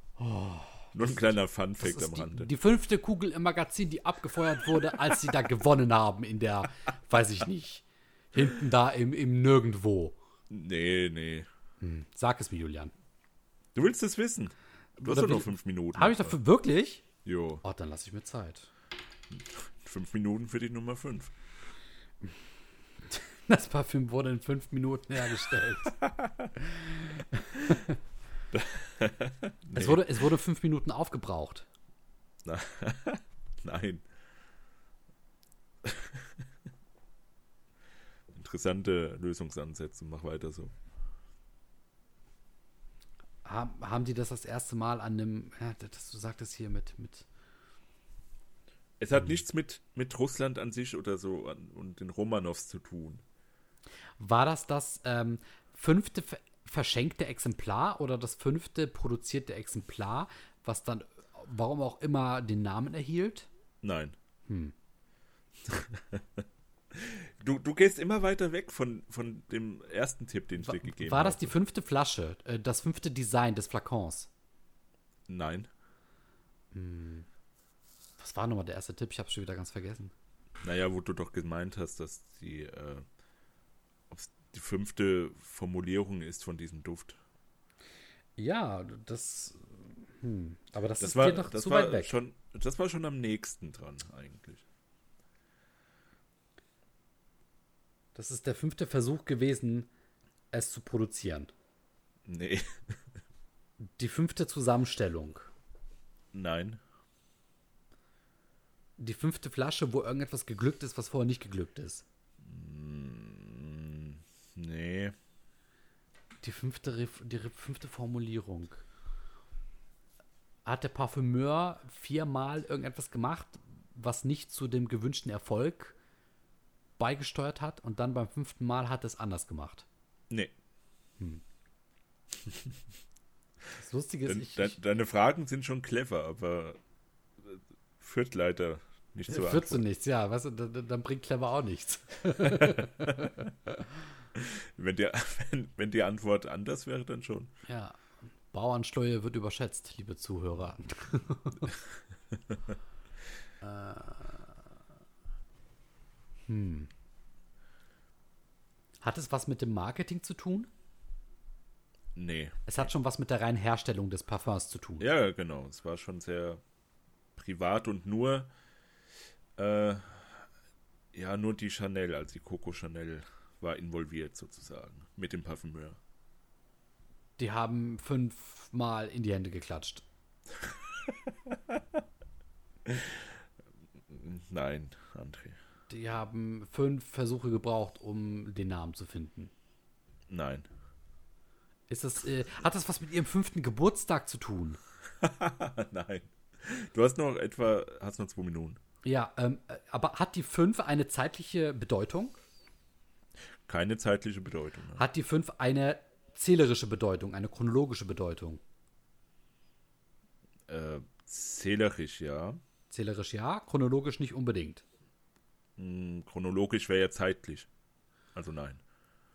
S2: nur ein kleiner
S3: Oh, Das
S2: Funfact am
S3: ist die,
S2: Rande.
S3: die fünfte Kugel im Magazin, die abgefeuert wurde, als sie da gewonnen haben in der, weiß ich nicht, hinten da im, im Nirgendwo.
S2: Nee, nee.
S3: Sag es mir, Julian.
S2: Du willst es wissen. Du hast
S3: Oder
S2: doch noch
S3: will-
S2: fünf Minuten.
S3: Habe ich dafür wirklich?
S2: Jo,
S3: Oh, dann lasse ich mir Zeit.
S2: fünf Minuten für die Nummer fünf.
S3: Das Parfüm wurde in fünf Minuten hergestellt. es, wurde, es wurde fünf Minuten aufgebraucht.
S2: Nein. Interessante Lösungsansätze. Mach weiter so.
S3: Ha- Haben die das das erste Mal an einem, ja, das, du sagtest hier mit, mit
S2: Es hat nichts mit, mit Russland an sich oder so an, und den Romanows zu tun.
S3: war das das ähm, fünfte Ver verschenkte Exemplar oder das fünfte produzierte Exemplar, was dann, warum auch immer, den Namen erhielt?
S2: Nein.
S3: Hm.
S2: Du, du gehst immer weiter weg von, von dem ersten Tipp, den ich dir gegeben
S3: War das
S2: habe.
S3: die fünfte Flasche, äh, das fünfte Design des Flakons?
S2: Nein.
S3: Was war nochmal der erste Tipp? Ich habe schon wieder ganz vergessen.
S2: Naja, wo du doch gemeint hast, dass die, äh, ob's die fünfte Formulierung ist von diesem Duft.
S3: Ja, das. Hm. Aber das,
S2: Das
S3: ist
S2: war,
S3: dir noch
S2: das,
S3: zu
S2: war
S3: weit weg.
S2: Schon, das war schon am nächsten dran eigentlich.
S3: Das ist der fünfte Versuch gewesen, es zu produzieren.
S2: Nee,
S3: Die fünfte Zusammenstellung.
S2: nein,
S3: Die fünfte Flasche, wo irgendetwas geglückt ist, was vorher nicht geglückt ist.
S2: nee.
S3: Die fünfte, Ref- die Re- fünfte Formulierung. Hat der Parfümeur viermal irgendetwas gemacht, was nicht zu dem gewünschten Erfolg beigesteuert hat und dann beim fünften Mal hat er es anders gemacht.
S2: Nee.
S3: Das Lustige ist,
S2: Dein,
S3: ich,
S2: dein,
S3: ich
S2: deine Fragen sind schon clever, aber äh, führt leider nicht zur
S3: führt zu
S2: Antwort.
S3: nichts, ja, weißt du, dann, dann bringt clever auch nichts.
S2: Wenn die, wenn, wenn die Antwort anders wäre, dann schon.
S3: Ja. Bauernsteuer wird überschätzt, liebe Zuhörer. äh, hm. Hat es was mit dem Marketing zu tun?
S2: Nee.
S3: Es hat schon was mit der reinen Herstellung des Parfums zu tun.
S2: Ja, genau. Es war schon sehr privat und nur, äh, ja, nur die Chanel, also die Coco Chanel, war involviert sozusagen mit dem Parfümeur.
S3: Die haben fünfmal in die Hände geklatscht.
S2: Nein, André.
S3: Die haben fünf Versuche gebraucht, um den Namen zu finden.
S2: Nein.
S3: Ist das, äh, hat das was mit ihrem fünften Geburtstag zu tun?
S2: Nein. Du hast noch etwa, hast noch zwei Minuten.
S3: Ja, ähm, äh, aber hat die fünf eine zeitliche Bedeutung?
S2: Keine zeitliche Bedeutung. Ne?
S3: Hat die 5 eine zählerische Bedeutung, eine chronologische Bedeutung?
S2: Äh, zählerisch, ja.
S3: Zählerisch ja, chronologisch nicht unbedingt.
S2: Hm, Chronologisch wäre ja zeitlich. Also nein.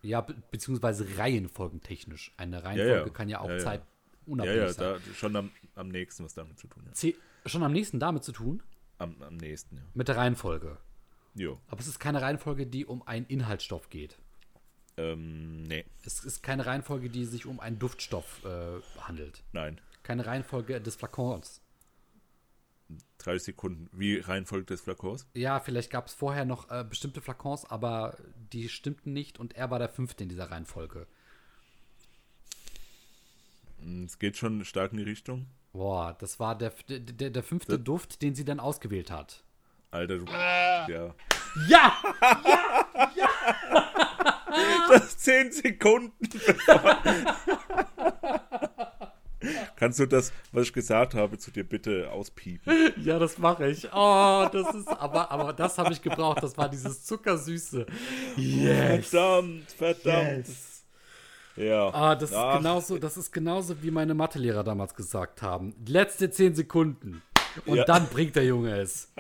S3: Ja, be beziehungsweise reihenfolgentechnisch. Eine
S2: ja.
S3: Reihenfolge kann ja auch
S2: Ja, ja. Ja,
S3: zeitunabhängig
S2: ja,
S3: sein.
S2: da schon am, am nächsten was damit zu tun. Ja.
S3: Zäh- Schon am nächsten damit zu tun,
S2: Am, am nächsten, ja.
S3: mit der Reihenfolge.
S2: Jo.
S3: Aber es ist keine Reihenfolge, die um einen Inhaltsstoff geht.
S2: Ähm, nee,
S3: Es ist keine Reihenfolge, die sich um einen Duftstoff äh, handelt.
S2: nein.
S3: Keine Reihenfolge des Flakons.
S2: 30 Sekunden. Wie Reihenfolge des Flakons?
S3: Ja, vielleicht gab es vorher noch äh, bestimmte Flakons, aber die stimmten nicht und er war der Fünfte in dieser Reihenfolge.
S2: Hm, Es geht schon stark in die Richtung.
S3: Boah, das war der, der, der, der fünfte Duft, den sie dann ausgewählt hat.
S2: Alter, du. Ja.
S3: Ja! Ah.
S2: Das 10 Sekunden. Kannst du das, was ich gesagt habe, zu dir bitte auspiepen?
S3: Ja, das mache ich. Oh, das ist. Aber, aber das habe ich gebraucht. Das war dieses Zuckersüße. Oh, Yes!
S2: Verdammt, verdammt.
S3: yes.
S2: Ja.
S3: Ah, das ist,
S2: Ach,
S3: genauso, das ist genauso, wie meine Mathelehrer damals gesagt haben. Letzte 10 Sekunden. Und
S2: Ja.
S3: dann bringt der Junge es.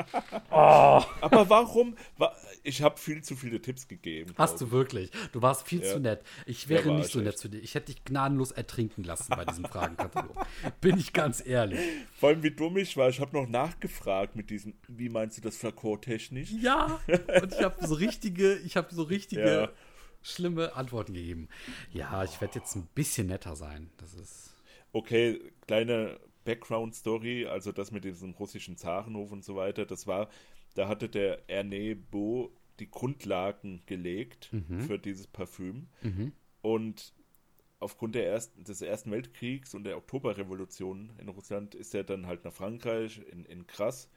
S2: Aber warum? wa- Ich habe viel zu viele Tipps gegeben.
S3: Hast du wirklich. Du warst viel
S2: Ja.
S3: zu nett. Ich wäre
S2: war
S3: nicht so
S2: ich
S3: nett zu dir. Ich hätte dich gnadenlos ertrinken lassen bei diesem Fragenkatalog. Bin ich ganz ehrlich.
S2: Vor allem, wie dumm ich war. Ich habe noch nachgefragt mit diesem, wie meinst du das Flakon technisch?
S3: Ja, und ich habe so richtige, ich habe so richtige
S2: Ja.
S3: schlimme Antworten gegeben. Ja, ich werde jetzt ein bisschen netter sein. Das ist
S2: Okay, kleine Background-Story, also das mit diesem russischen Zarenhof und so weiter, das war, da hatte der Erne Bo die Grundlagen gelegt für dieses Parfüm. Und aufgrund der ersten, des Ersten Weltkriegs und der Oktoberrevolution in Russland ist er dann halt nach Frankreich, in, in Krass,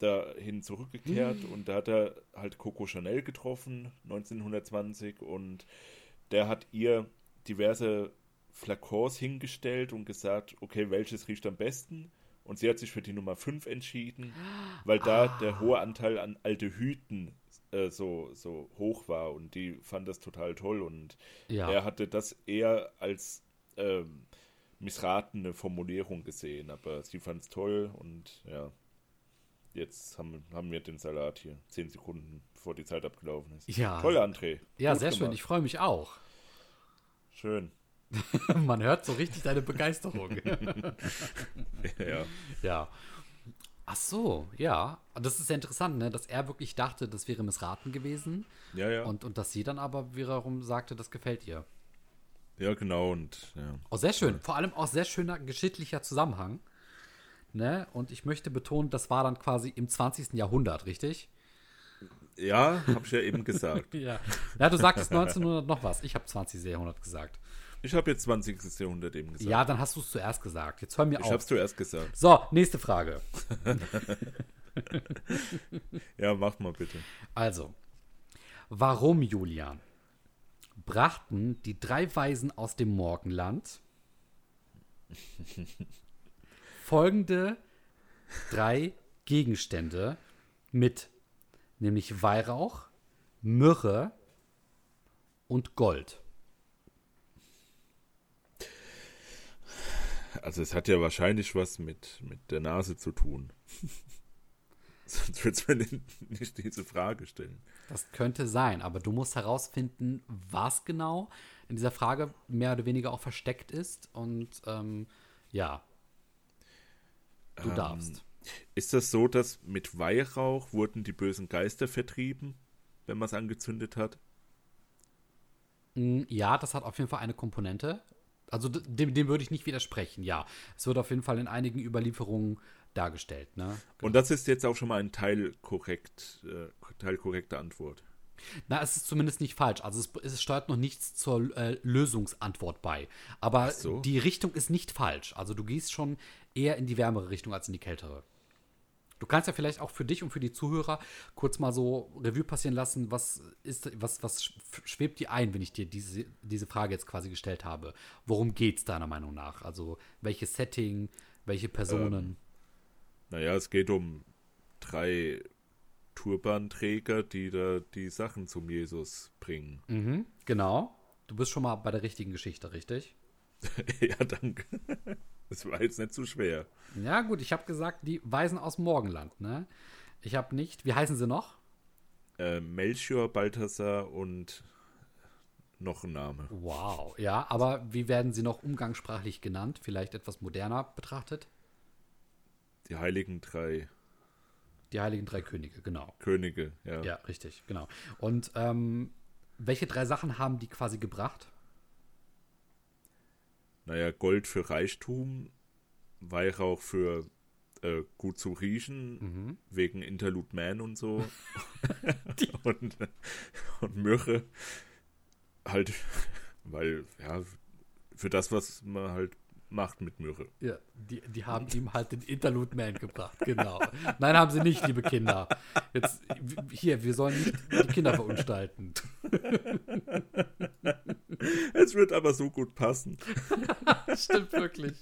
S2: dahin zurückgekehrt und da hat er halt Coco Chanel getroffen, 1920, und der hat ihr diverse Flakons hingestellt und gesagt, okay, welches riecht am besten? Und
S3: Ah.
S2: sie hat sich für die Nummer 5 entschieden, weil da der hohe Anteil an Aldehyden äh, äh, so, so hoch war und die fand das total toll und
S3: Ja.
S2: er hatte das eher als ähm, missratene Formulierung gesehen, aber sie fand es toll und ja. Jetzt haben, haben wir den Salat hier, zehn Sekunden bevor die Zeit abgelaufen ist.
S3: Ja.
S2: Toll, André.
S3: Ja,
S2: Gut
S3: sehr schön.
S2: gemacht.
S3: Ich freue mich auch.
S2: Schön.
S3: Man hört so richtig deine Begeisterung.
S2: Ja.
S3: ja. Ach so, ja. Und Das ist ja interessant, ne? dass er wirklich dachte, das wäre missraten gewesen.
S2: Ja, ja.
S3: Und, und dass sie dann aber wiederum sagte, das gefällt ihr.
S2: ja, genau. Und ja.
S3: Auch sehr schön. Vor allem auch sehr schöner geschichtlicher Zusammenhang. Ne? Und ich möchte betonen, das war dann quasi im 20. Jahrhundert, richtig?
S2: Ja, hab ich ja eben gesagt.
S3: Ja. Ja, du sagtest 1900 noch was. Ich habe 20. Jahrhundert gesagt.
S2: Ich habe jetzt 20. Jahrhundert eben gesagt.
S3: Ja, dann hast du es zuerst gesagt. Jetzt hör mir
S2: Ich
S3: auf.
S2: hab's zuerst gesagt.
S3: So, nächste Frage.
S2: Ja, mach mal bitte.
S3: Also, warum, Julian, brachten die drei Weisen aus dem Morgenland folgende drei Gegenstände mit, nämlich Weihrauch, Myrrhe und Gold?
S2: Also es hat ja wahrscheinlich was mit, mit der Nase zu tun. Sonst würdest du mir nicht diese Frage stellen.
S3: Das könnte sein, aber du musst herausfinden, was genau in dieser Frage mehr oder weniger auch versteckt ist. Und ähm, ja, du darfst.
S2: Ist das so, dass mit Weihrauch wurden die bösen Geister vertrieben, wenn man es angezündet hat?
S3: Mm, Ja, das hat auf jeden Fall eine Komponente. Also d- dem, dem würde ich nicht widersprechen, ja. Es wird auf jeden Fall in einigen Überlieferungen dargestellt, ne?
S2: Und das ist jetzt auch schon mal ein Teil korrekt, äh, Teil korrekte Antwort.
S3: Na, es ist zumindest nicht falsch. Also es, es steuert noch nichts zur äh, Lösungsantwort bei. Aber
S2: so.
S3: die Richtung ist nicht falsch. Also du gehst schon eher in die wärmere Richtung als in die kältere. Du kannst ja vielleicht auch für dich und für die Zuhörer kurz mal so Revue passieren lassen, was ist, was, was sch- schwebt dir ein, wenn ich dir diese, diese Frage jetzt quasi gestellt habe? Worum geht's deiner Meinung nach? Also welches Setting, welche Personen?
S2: Naja, es geht um drei Turbanträger, die da die Sachen zum Jesus bringen.
S3: Mhm, genau. Du bist schon mal bei der richtigen Geschichte, richtig?
S2: ja, danke. Das war jetzt nicht so schwer.
S3: Ja, gut, ich habe gesagt, die Weisen aus Morgenland, ne? Ich habe nicht, wie heißen sie noch?
S2: Äh, Melchior, Balthasar und noch ein Name.
S3: Wow, ja, aber wie werden sie noch umgangssprachlich genannt? Vielleicht etwas moderner betrachtet?
S2: Die heiligen drei
S3: Die Heiligen Drei Könige, genau.
S2: Könige, ja.
S3: Ja, richtig, genau. Und ähm, welche drei Sachen haben die quasi gebracht?
S2: Naja, Gold für Reichtum, Weihrauch für äh, gut zu riechen,
S3: Mhm.
S2: wegen Interlude Man und so. und, und Myrrhe halt, weil, ja, für das, was man halt macht mit Myrrhe.
S3: Ja, die, die haben ihm halt den Interlude Man gebracht, genau. Nein, haben sie nicht, liebe Kinder. Jetzt, w- hier, wir sollen nicht die Kinder verunstalten.
S2: Es wird aber so gut passen
S3: Stimmt wirklich.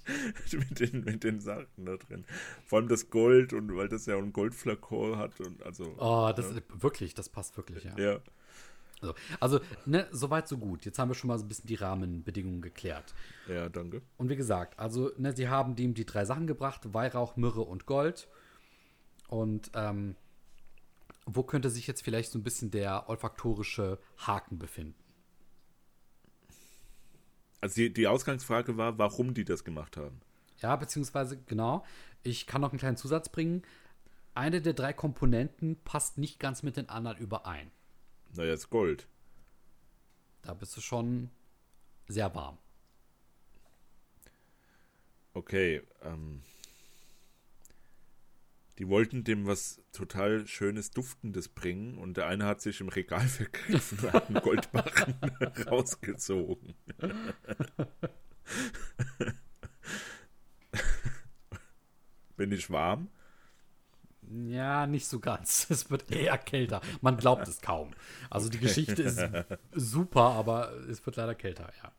S2: mit den, mit den Sachen da drin. Vor allem das Gold und weil das ja auch ein Goldflakon hat und also,
S3: Oh, das wirklich, das passt wirklich, ja.
S2: ja.
S3: So. Also, ne, soweit, so gut. Jetzt haben wir schon mal so ein bisschen die Rahmenbedingungen geklärt.
S2: Ja, danke.
S3: Und wie gesagt, also, ne, sie haben dem die drei Sachen gebracht: Weihrauch, Myrrhe und Gold. Und ähm, wo könnte sich jetzt vielleicht so ein bisschen der olfaktorische Haken befinden?
S2: Also die, die Ausgangsfrage war, warum die das gemacht haben.
S3: Ja, beziehungsweise, genau, ich kann noch einen kleinen Zusatz bringen. Eine der drei Komponenten passt nicht ganz mit den anderen überein.
S2: Naja, das Gold.
S3: Da bist du schon sehr warm.
S2: Okay, ähm. Die wollten dem was total Schönes, Duftendes bringen und der eine hat sich im Regal vergriffen und hat einen Goldbarren rausgezogen. Bin ich warm?
S3: Ja, nicht so ganz. Es wird eher kälter. Man glaubt es kaum. Also die Geschichte ist super, aber es wird leider kälter, ja.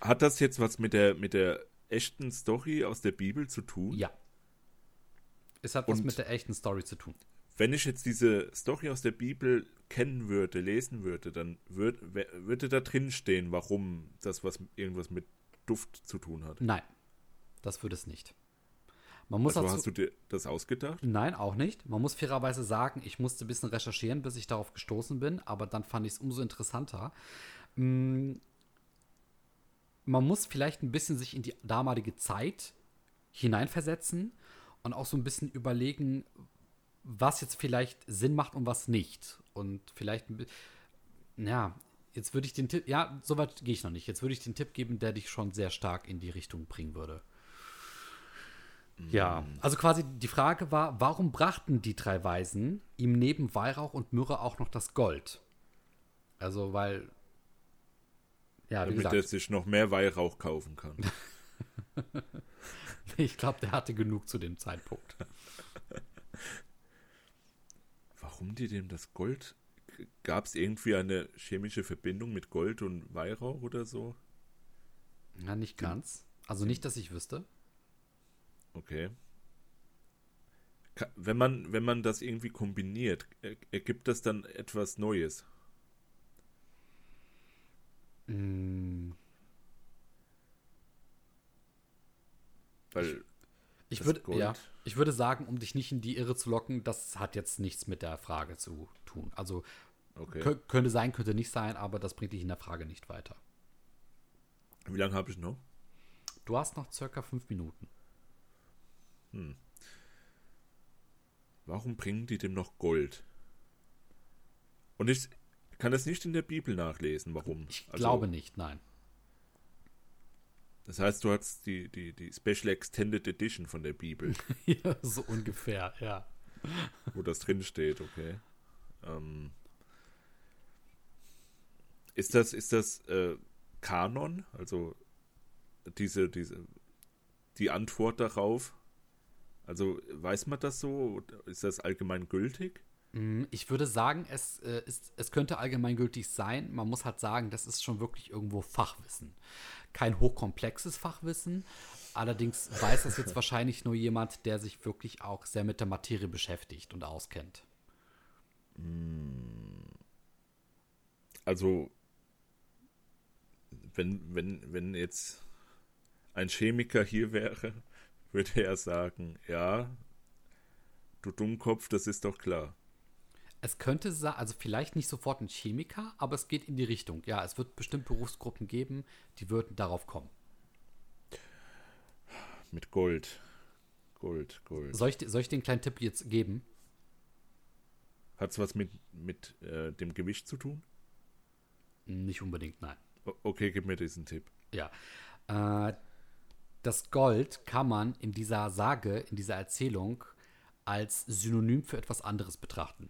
S2: Hat das jetzt was mit der, mit der echten Story aus der Bibel zu tun?
S3: Ja. Es hat was
S2: Und-
S3: mit der echten Story zu tun.
S2: Wenn ich jetzt diese Story aus der Bibel kennen würde, lesen würde, dann würd, wär- würde da drin stehen, warum das was irgendwas mit Duft zu tun hat.
S3: Nein, das würde es nicht. Man muss
S2: also
S3: dazu,
S2: hast du dir das ausgedacht?
S3: Nein, auch nicht. Man muss fairerweise sagen, ich musste ein bisschen recherchieren, bis ich darauf gestoßen bin, aber dann fand ich es umso interessanter. Mm, Man muss vielleicht ein bisschen sich in die damalige Zeit hineinversetzen und auch so ein bisschen überlegen, was jetzt vielleicht Sinn macht und was nicht. Und vielleicht, ein bi- ja, jetzt würde ich den Tipp, ja, soweit gehe ich noch nicht. Jetzt würde ich den Tipp geben, der dich schon sehr stark in die Richtung bringen würde. Ja,
S2: Mhm.
S3: also quasi die Frage war, warum brachten die drei Weisen ihm neben Weihrauch und Myrrhe auch noch das Gold? Also, weil. Ja, wie
S2: Damit er
S3: gesagt,
S2: sich noch mehr Weihrauch kaufen kann.
S3: ich glaube, der hatte genug zu dem Zeitpunkt.
S2: Warum die dem das Gold? Gab es irgendwie eine chemische Verbindung mit Gold und Weihrauch oder so?
S3: Ja, nicht ganz. Also nicht, dass ich wüsste.
S2: Okay. Ka- Wenn man, wenn man das irgendwie kombiniert, er- ergibt das dann etwas Neues.
S3: Mm.
S2: Weil
S3: Ich,
S2: Das
S3: würd,
S2: Gold.
S3: ja, ich würde sagen, um dich nicht in die Irre zu locken, das hat jetzt nichts mit der Frage zu tun. Also
S2: Okay.
S3: kö- könnte sein, könnte nicht sein, aber das bringt dich in der Frage nicht weiter.
S2: Wie lange habe ich noch?
S3: Du hast noch circa fünf Minuten.
S2: Warum bringen die dem noch Gold? Und ich kann das nicht in der Bibel nachlesen, warum.
S3: Ich
S2: Also,
S3: glaube nicht, nein.
S2: Das heißt, du hast die, die, die Special Extended Edition von der Bibel,
S3: Ja, so ungefähr, ja.
S2: wo das drin steht, okay. Ähm, ist das, ist das äh, Kanon? Also diese, diese, die Antwort darauf? Also weiß man das so? Ist das allgemein gültig?
S3: Mm, Ich würde sagen, es, äh, ist, es könnte allgemeingültig sein. Man muss halt sagen, das ist schon wirklich irgendwo Fachwissen. Kein hochkomplexes Fachwissen. Allerdings weiß das jetzt wahrscheinlich nur jemand, der sich wirklich auch sehr mit der Materie beschäftigt und auskennt.
S2: also wenn, wenn, wenn jetzt ein Chemiker hier wäre, würde er sagen, ja, du Dummkopf, das ist doch klar.
S3: Es könnte, sa- also vielleicht nicht sofort ein Chemiker, aber es geht in die Richtung. Ja, es wird bestimmt Berufsgruppen geben, die würden darauf kommen.
S2: Mit Gold. Gold, Gold.
S3: Soll ich, dir- soll ich den kleinen Tipp jetzt geben?
S2: Hat es was mit, mit äh, dem Gewicht zu tun?
S3: Nicht unbedingt, nein.
S2: O okay, gib mir diesen Tipp.
S3: Ja. Äh, das Gold kann man in dieser Sage, in dieser Erzählung als Synonym für etwas anderes betrachten.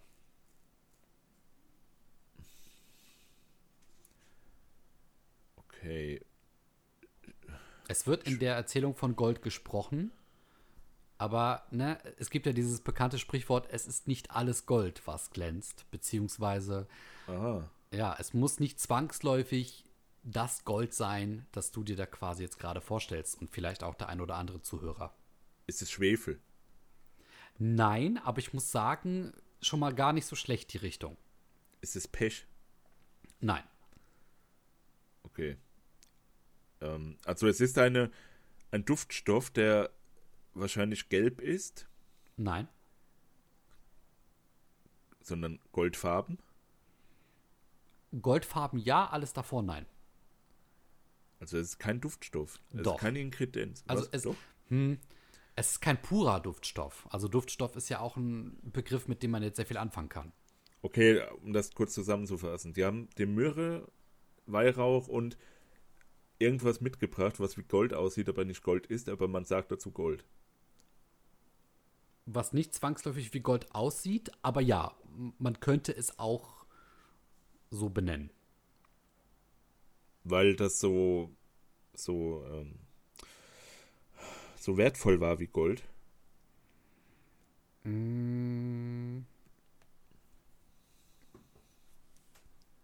S2: Okay,
S3: Es wird in der Erzählung von Gold gesprochen, aber ne, es gibt ja dieses bekannte Sprichwort, es ist nicht alles Gold, was glänzt, beziehungsweise
S2: aha.
S3: ja, es muss nicht zwangsläufig das Gold sein, das du dir da quasi jetzt gerade vorstellst und vielleicht auch der ein oder andere Zuhörer.
S2: Ist es Schwefel?
S3: Nein, aber ich muss sagen, schon mal gar nicht so schlecht die Richtung.
S2: Ist es Pech?
S3: Nein.
S2: Okay. Ähm, also es ist eine, ein Duftstoff, der wahrscheinlich gelb ist,
S3: Nein.
S2: sondern goldfarben.
S3: Goldfarben ja, alles davor nein.
S2: Also es ist kein Duftstoff. Es
S3: Doch.
S2: ist keine Inkredenz.
S3: Also
S2: Was?
S3: es,
S2: Doch?
S3: hm, es ist kein purer Duftstoff. Also Duftstoff ist ja auch ein Begriff, mit dem man jetzt sehr viel anfangen kann.
S2: Okay, um das kurz zusammenzufassen. Die haben den Myrrhe, Weihrauch und irgendwas mitgebracht, was wie Gold aussieht, aber nicht Gold ist, aber man sagt dazu Gold.
S3: Was nicht zwangsläufig wie Gold aussieht, aber ja, m- man könnte es auch so benennen.
S2: Weil das so, so, ähm, so wertvoll war wie Gold.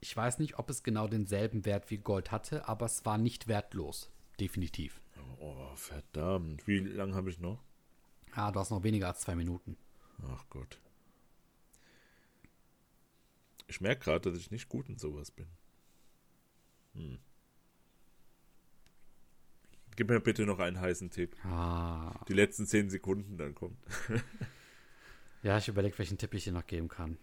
S3: Ich weiß nicht, ob es genau denselben Wert wie Gold hatte, aber es war nicht wertlos. Definitiv.
S2: Oh, verdammt. Wie lange habe ich noch?
S3: Ah, du hast noch weniger als zwei Minuten.
S2: Ach Gott. Ich merke gerade, dass ich nicht gut in sowas bin. Hm. Gib mir bitte noch einen heißen Tipp.
S3: Ah.
S2: Die letzten zehn Sekunden, dann kommt.
S3: Ja, ich überlege, welchen Tipp ich dir noch geben kann.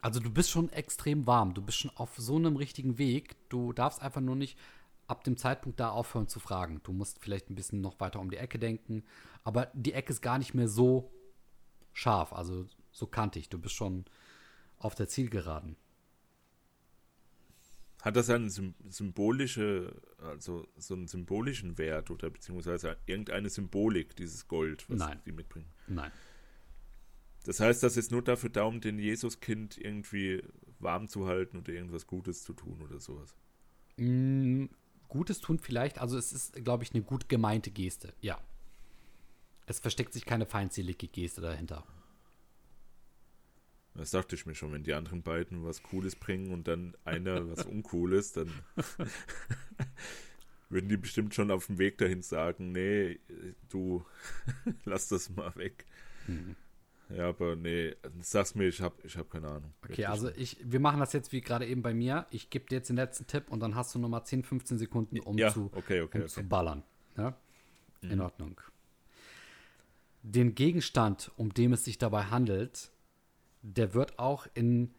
S3: Also du bist schon extrem warm. Du bist schon auf so einem richtigen Weg. Du darfst einfach nur nicht ab dem Zeitpunkt da aufhören zu fragen. Du musst vielleicht ein bisschen noch weiter um die Ecke denken. Aber die Ecke ist gar nicht mehr so scharf, also so kantig. Du bist schon auf der Zielgeraden.
S2: Hat das einen sym- symbolische, also so einen symbolischen Wert oder beziehungsweise irgendeine Symbolik, dieses Gold, was
S3: Nein.
S2: die mitbringen?
S3: Nein.
S2: Das heißt, das ist nur dafür da, um den Jesuskind irgendwie warm zu halten oder irgendwas Gutes zu tun oder sowas.
S3: Mm, Gutes tun vielleicht, also es ist, glaube ich, eine gut gemeinte Geste, ja. Es versteckt sich keine feindselige Geste dahinter.
S2: Das dachte ich mir schon, wenn die anderen beiden was Cooles bringen und dann einer was Uncooles, dann würden die bestimmt schon auf dem Weg dahin sagen, nee, du, lass das mal weg.
S3: Mhm.
S2: Ja, aber nee, sag's mir, ich hab, ich hab keine Ahnung.
S3: Okay,
S2: Wirklich.
S3: also ich, wir machen das jetzt wie gerade eben bei mir. Ich gebe dir jetzt den letzten Tipp und dann hast du nochmal 10, 15 Sekunden, um,
S2: Ja,
S3: zu,
S2: okay, okay, Mhm. okay.
S3: um zu ballern. Ja? In Ordnung. Den Gegenstand, um den es sich dabei handelt, der wird auch in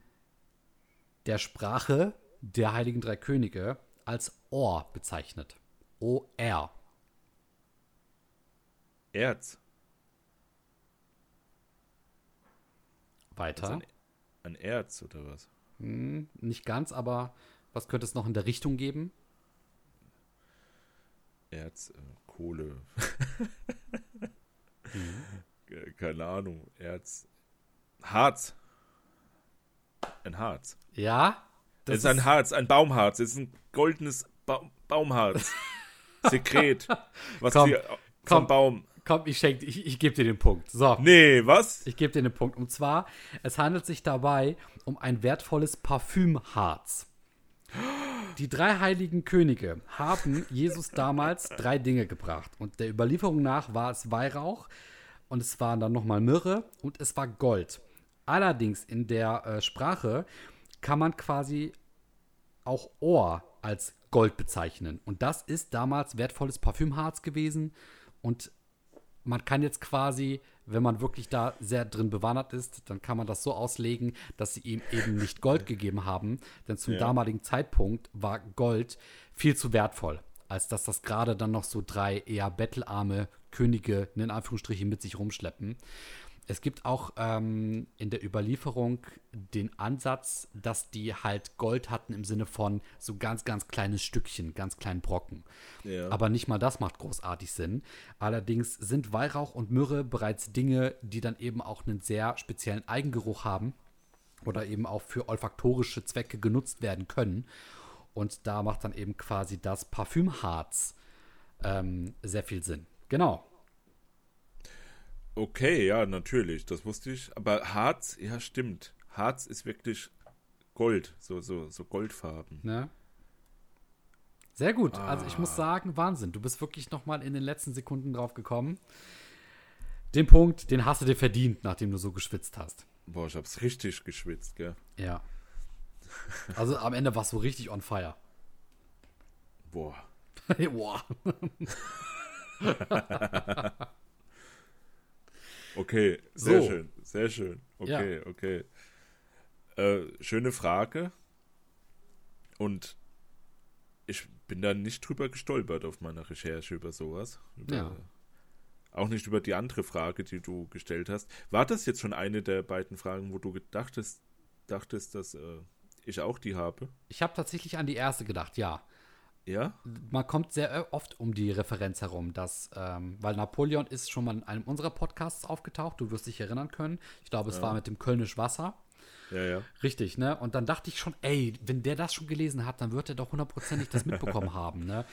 S3: der Sprache der Heiligen Drei Könige als Ohr bezeichnet. O-R.
S2: Erz,
S3: Weiter.
S2: Also ein Erz oder was?
S3: Hm, nicht ganz, aber was könnte es noch in der Richtung geben?
S2: Erz, äh, Kohle. Äh, Keine Ahnung, Erz. Harz. Ein Harz.
S3: Ja?
S2: Das ist ein Harz, ein Baumharz. Es ist ein goldenes ba Baumharz. Sekret. Was
S3: Komm,
S2: wir
S3: komm.
S2: vom Baum.
S3: Komm, ich schenke, ich, ich gebe dir den Punkt. So,
S2: Nee, was?
S3: ich gebe dir den Punkt. Und zwar, es handelt sich dabei um ein wertvolles Parfümharz. Die drei heiligen Könige haben Jesus damals drei Dinge gebracht. Und der Überlieferung nach war es Weihrauch und es waren dann nochmal Myrrhe und es war Gold. Allerdings in der äh, Sprache kann man quasi auch Ohr als Gold bezeichnen. Und das ist damals wertvolles Parfümharz gewesen. Und man kann jetzt quasi, wenn man wirklich da sehr drin bewandert ist, dann kann man das so auslegen, dass sie ihm eben nicht Gold gegeben haben. Denn zum damaligen Zeitpunkt war Gold viel zu wertvoll, als dass das gerade dann noch so drei eher bettelarme Könige in Anführungsstrichen mit sich rumschleppen. Es gibt auch ähm, in der Überlieferung den Ansatz, dass die halt Gold hatten im Sinne von so ganz, ganz kleines Stückchen, ganz kleinen Brocken.
S2: Ja.
S3: Aber nicht mal das macht großartig Sinn. Allerdings sind Weihrauch und Myrrhe bereits Dinge, die dann eben auch einen sehr speziellen Eigengeruch haben oder eben auch für olfaktorische Zwecke genutzt werden können. Und da macht dann eben quasi das Parfümharz ähm, sehr viel Sinn. Genau.
S2: Okay, ja, natürlich, das wusste ich. Aber Harz, ja, stimmt. Harz ist wirklich Gold, so, so, so Goldfarben.
S3: Ne? Sehr gut. Also ich muss sagen, Wahnsinn. Du bist wirklich noch mal in den letzten Sekunden drauf gekommen. Den Punkt, den hast du dir verdient, nachdem du so geschwitzt hast.
S2: Boah, ich hab's richtig geschwitzt, gell?
S3: Ja. Also am Ende warst du richtig on fire.
S2: Boah.
S3: Boah.
S2: Okay, sehr
S3: So.
S2: schön, sehr schön. Okay, okay. Äh, schöne Frage. Und ich bin da nicht drüber gestolpert auf meiner Recherche über sowas. Über,
S3: Ja.
S2: Auch nicht über die andere Frage, die du gestellt hast. War das jetzt schon eine der beiden Fragen, wo du gedachtest, dachtest, dass äh, ich auch die habe?
S3: Ich habe tatsächlich an die erste gedacht, ja.
S2: Ja?
S3: man kommt sehr oft um die Referenz herum, dass, ähm, weil Napoleon ist schon mal in einem unserer Podcasts aufgetaucht, du wirst dich erinnern können. Ich glaube, es war mit dem Kölnisch Wasser.
S2: Ja, ja.
S3: Richtig, ne? Und dann dachte ich schon, ey, wenn der das schon gelesen hat, dann wird er doch hundertprozentig das mitbekommen haben, ne?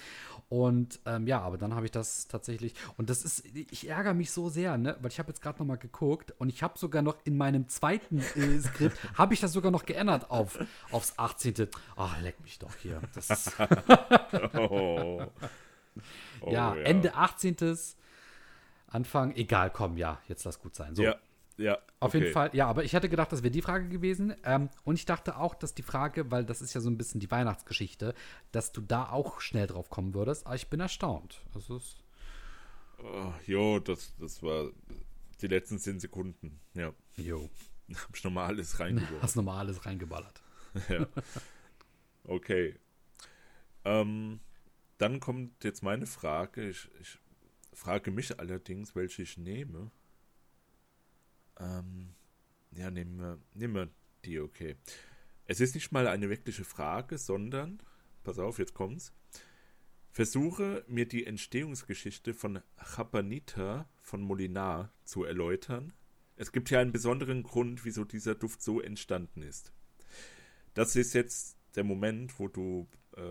S3: Und ähm, ja, aber dann habe ich das tatsächlich. Und das ist, ich ärgere mich so sehr, ne? Weil ich habe jetzt gerade noch mal geguckt und ich habe sogar noch in meinem zweiten äh, Skript habe ich das sogar noch geändert auf aufs 18. Ach, leck mich doch hier. Das ist
S2: Oh. Oh,
S3: ja, Ende 18. Anfang, egal, komm, ja, jetzt lass gut sein. So,
S2: Ja, Ja.
S3: also, Auf jeden
S2: okay.
S3: Fall, ja, aber ich hätte gedacht, das wäre die Frage gewesen. Ähm, und ich dachte auch, dass die Frage, weil das ist ja so ein bisschen die Weihnachtsgeschichte, dass du da auch schnell drauf kommen würdest. Aber ich bin erstaunt. Das ist,
S2: Oh, jo, das, das war die letzten 10 Sekunden. Ja.
S3: jo,
S2: Hab ich nochmal alles reingeworfen.
S3: hast nochmal alles reingeballert.
S2: ja. Okay. Ähm, dann kommt jetzt meine Frage. Ich, ich frage mich allerdings, welche ich nehme. Ähm, ja, nehmen wir, nehmen wir die, okay. Es ist nicht mal eine wirkliche Frage, sondern, pass auf, jetzt kommt's. Versuche mir die Entstehungsgeschichte von Chapanita von Molinar zu erläutern. Es gibt hier einen besonderen Grund, wieso dieser Duft so entstanden ist. Das ist jetzt der Moment, wo du äh,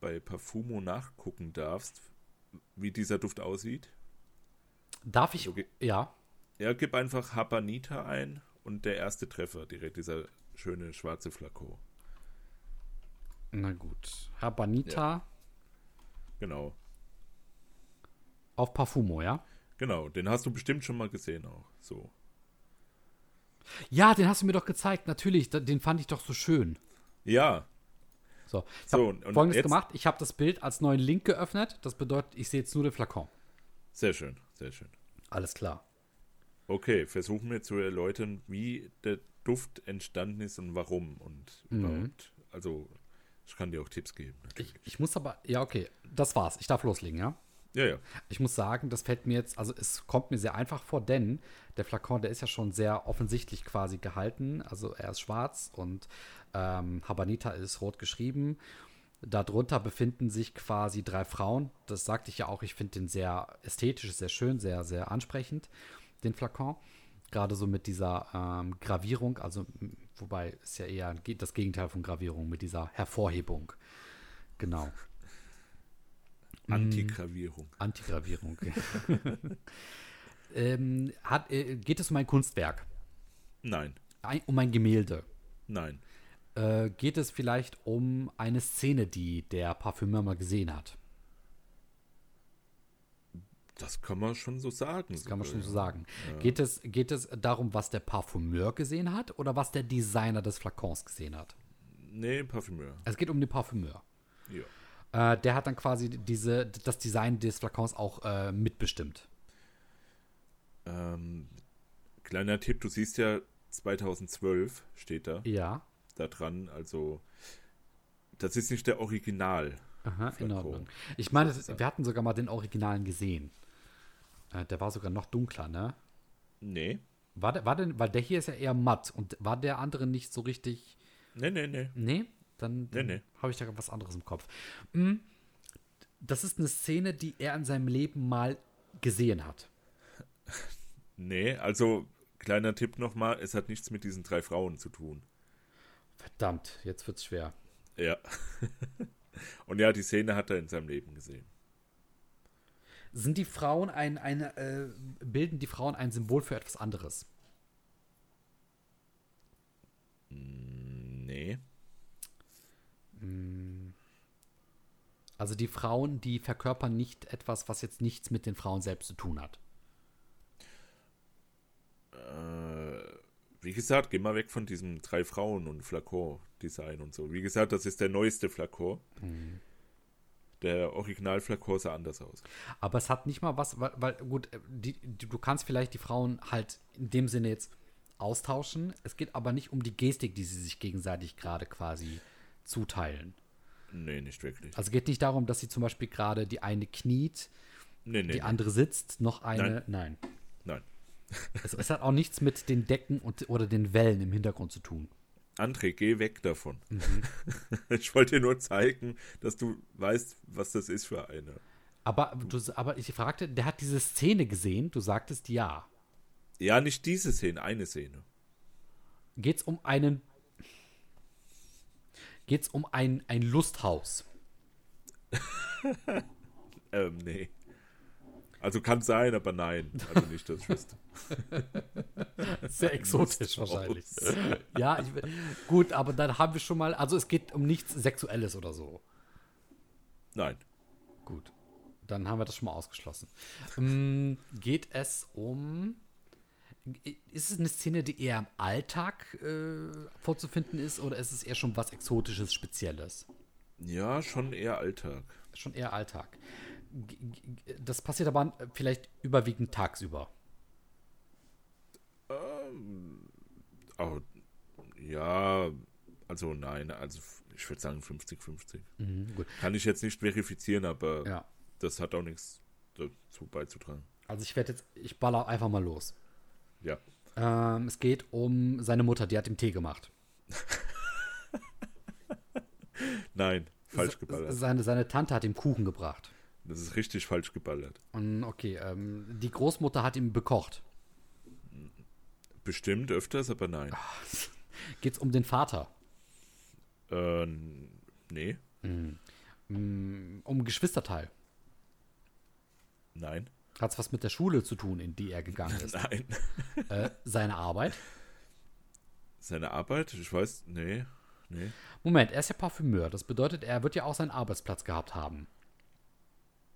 S2: bei Parfumo nachgucken darfst, wie dieser Duft aussieht.
S3: Darf ich?
S2: Okay.
S3: Ja,
S2: Ja, gib einfach Habanita ein und der erste Treffer direkt, dieser schöne schwarze Flakon.
S3: na gut. Habanita
S2: Genau,
S3: auf Parfumo, ja?
S2: genau, den hast du bestimmt schon mal gesehen auch. So,
S3: Ja, den hast du mir doch gezeigt, natürlich. Da- Den fand ich doch so schön.
S2: ja,
S3: So, ich
S2: So,
S3: habe
S2: und
S3: folgendes
S2: jetzt-
S3: gemacht. Ich habe das Bild als neuen Link geöffnet. Das bedeutet, ich sehe jetzt nur den Flakon.
S2: sehr schön, sehr schön.
S3: Alles klar.
S2: Okay, versuchen wir zu erläutern, wie der Duft entstanden ist und warum und überhaupt. Also, ich kann dir auch Tipps geben.
S3: Ich, ich muss aber, ja, okay, das war's. Ich darf loslegen, ja?
S2: Ja, ja,
S3: Ich muss sagen, das fällt mir jetzt, also es kommt mir sehr einfach vor, denn der Flakon, der ist ja schon sehr offensichtlich quasi gehalten. Also er ist schwarz und ähm, Habanita ist rot geschrieben. Darunter befinden sich quasi drei Frauen. Das sagte ich ja auch, ich finde den sehr ästhetisch, sehr schön, sehr, sehr ansprechend, den Flakon. Gerade so mit dieser ähm, Gravierung, also m- wobei ist ja eher ge- das Gegenteil von Gravierung, mit dieser Hervorhebung. Genau.
S2: Antigravierung.
S3: Antigravierung. ähm, hat, äh, geht es um ein Kunstwerk,
S2: Nein,
S3: ein, um ein Gemälde?
S2: nein.
S3: Äh, geht es vielleicht um eine Szene, die der Parfümeur mal gesehen hat?
S2: Das kann man schon so sagen.
S3: Das kann man schon so sagen. Geht, es, geht es darum, was der Parfümeur gesehen hat oder was der Designer des Flakons gesehen hat?
S2: Nee, Parfümeur.
S3: Es geht um den Parfümeur.
S2: Ja.
S3: Äh, der hat dann quasi diese, das Design des Flakons auch äh, mitbestimmt.
S2: Ähm, kleiner Tipp, du siehst ja 2012 steht da,
S3: Ja,
S2: da dran, also das ist nicht der Original.
S3: Aha, in
S2: Flakon,
S3: Ordnung. Ich meine, das- wir hatten sogar mal den Originalen gesehen. Äh, Der war sogar noch dunkler, ne?
S2: Nee.
S3: War der, war denn, weil der hier ist ja eher matt und war der andere nicht so richtig.
S2: Nee, nee, nee.
S3: Nee? Dann, dann
S2: nee.
S3: habe ich da was anderes im Kopf. Mm, Das ist eine Szene, die er in seinem Leben mal gesehen hat.
S2: Nee, also kleiner Tipp nochmal, es hat nichts mit diesen drei Frauen zu tun.
S3: Verdammt, jetzt wird's schwer.
S2: Ja. Und ja, die Szene hat er in seinem Leben gesehen.
S3: Sind die Frauen ein, ein äh, bilden die Frauen ein Symbol für etwas anderes?
S2: Nee.
S3: Also die Frauen, die verkörpern nicht etwas, was jetzt nichts mit den Frauen selbst zu tun hat.
S2: Wie gesagt, geh mal weg von diesem drei Frauen und Flakon-Design und so. Wie gesagt, das ist der neueste Flakon. Der Original-Flakon sah anders aus.
S3: Aber es hat nicht mal was, weil, weil gut, äh, die, die, du kannst vielleicht die Frauen halt in dem Sinne jetzt austauschen. Es geht aber nicht um die Gestik, die sie sich gegenseitig gerade quasi zuteilen.
S2: Nee, nicht wirklich.
S3: Also geht nicht darum, dass sie zum Beispiel gerade die eine kniet,
S2: Nee, nee,
S3: die andere sitzt, noch eine. Nein.
S2: nein.
S3: Es, es hat auch nichts mit den Decken und, oder den Wellen im Hintergrund zu tun.
S2: André, geh weg davon. ich wollte dir nur zeigen, dass du weißt, was das ist für eine.
S3: Aber, du, aber ich fragte, der hat diese Szene gesehen, du sagtest ja.
S2: Ja, nicht diese Szene, eine Szene.
S3: Geht es um einen. Geht es um ein, ein Lusthaus?
S2: Ähm, nee. Also kann sein, aber nein. Also nicht, dass ich wüsste.
S3: Sehr exotisch
S2: Lust
S3: wahrscheinlich. Ja, ich, gut, aber dann haben wir schon mal, also es geht um nichts Sexuelles oder so.
S2: Nein.
S3: Gut, dann haben wir das schon mal ausgeschlossen. Ähm, geht es Mm, um, Ist es eine Szene, die eher im Alltag äh, vorzufinden ist oder ist es eher schon was Exotisches, Spezielles?
S2: Ja, schon eher Alltag.
S3: Schon eher Alltag. G- g- Das passiert aber vielleicht überwiegend tagsüber.
S2: Aber Oh, ja, also nein, also ich würde sagen 50-50.
S3: Mhm, gut.
S2: Kann ich jetzt nicht verifizieren, aber
S3: Ja.
S2: das hat auch nichts dazu beizutragen.
S3: Also ich werde jetzt, ich baller einfach mal los.
S2: Ja.
S3: Ähm, es geht um seine Mutter, die hat ihm Tee gemacht.
S2: Nein, falsch
S3: Se-
S2: geballert.
S3: Seine, seine Tante hat ihm Kuchen gebracht.
S2: Das ist richtig falsch geballert.
S3: Und okay, ähm, die Großmutter hat ihm bekocht.
S2: Bestimmt öfters, aber nein.
S3: Ah. Geht's um den Vater?
S2: Äh, nee,
S3: Mm, Um Geschwisterteil?
S2: nein,
S3: Hat's was mit der Schule zu tun, in die er gegangen ist?
S2: nein.
S3: äh, seine Arbeit?
S2: Seine Arbeit? Ich weiß, nee, nee.
S3: Moment, er ist ja Parfümeur. Das bedeutet, er wird ja auch seinen Arbeitsplatz gehabt haben.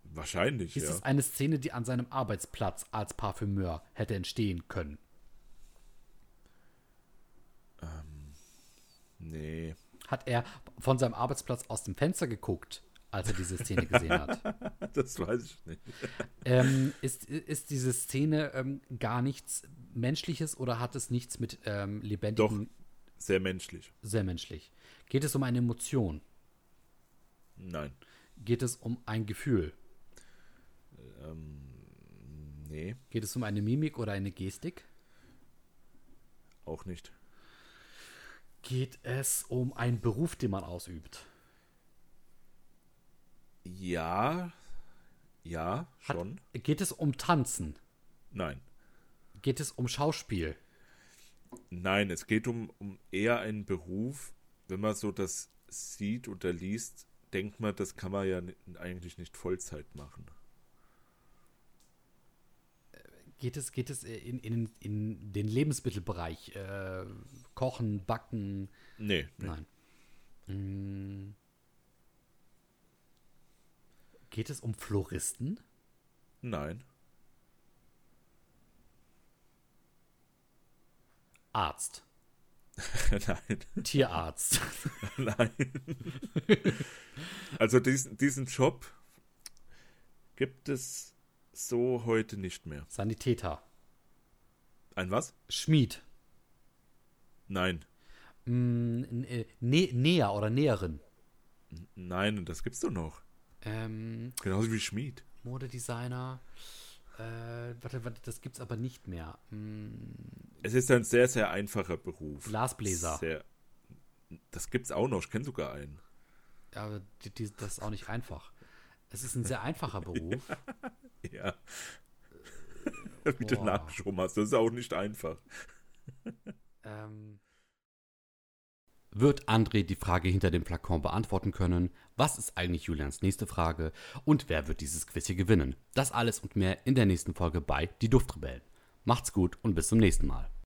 S2: Wahrscheinlich,
S3: Ist
S2: ja.
S3: es eine Szene, die an seinem Arbeitsplatz als Parfümeur hätte entstehen können?
S2: Nee,
S3: Hat er von seinem Arbeitsplatz aus dem Fenster geguckt, als er diese Szene gesehen hat?
S2: das weiß ich nicht.
S3: ähm, ist, ist diese Szene ähm, gar nichts Menschliches oder hat es nichts mit ähm,
S2: Doch,
S3: lebendigen,
S2: sehr menschlich.
S3: sehr menschlich? Geht es um eine Emotion?
S2: Nein,
S3: Geht es um ein Gefühl?
S2: nee,
S3: Geht es um eine Mimik oder eine Gestik?
S2: auch nicht.
S3: Geht es um einen Beruf, den man ausübt?
S2: Ja, ja,
S3: Hat,
S2: schon.
S3: Geht es um Tanzen?
S2: Nein,
S3: Geht es um Schauspiel?
S2: nein, es geht um, um eher einen Beruf. Wenn man so das sieht oder liest, denkt man, das kann man ja ni- eigentlich nicht Vollzeit machen.
S3: Geht es, geht es äh, in, in, in den Lebensmittelbereich? Äh, Kochen, Backen?
S2: Nee, nee.
S3: Nein. Mm. Geht es um Floristen?
S2: nein,
S3: Arzt.
S2: nein.
S3: Tierarzt.
S2: Nein. also diesen, diesen Job gibt es so heute nicht mehr.
S3: Sanitäter.
S2: Ein was?
S3: Schmied.
S2: Nein.
S3: Mm, n- äh, Nä- Näher oder Näherin.
S2: Nein, und das gibt's doch noch.
S3: Ähm,
S2: Genauso wie Schmied.
S3: Modedesigner. Äh, warte, warte, das gibt's aber nicht mehr. Mm,
S2: Es ist ein sehr, sehr einfacher Beruf.
S3: Glasbläser.
S2: Sehr, das gibt's auch noch. Ich kenne sogar einen.
S3: aber die, die, das ist auch nicht einfach. Es ist ein sehr einfacher Beruf.
S2: Ja. wie du
S3: Boah.
S2: nachgeschoben hast. Das ist auch nicht einfach.
S3: Ähm. Wird André die Frage hinter dem Flakon beantworten können? Was ist eigentlich Julians nächste Frage? Und wer wird dieses Quiz hier gewinnen? Das alles und mehr in der nächsten Folge bei Die Duftrebellen. Macht's gut und bis zum nächsten Mal.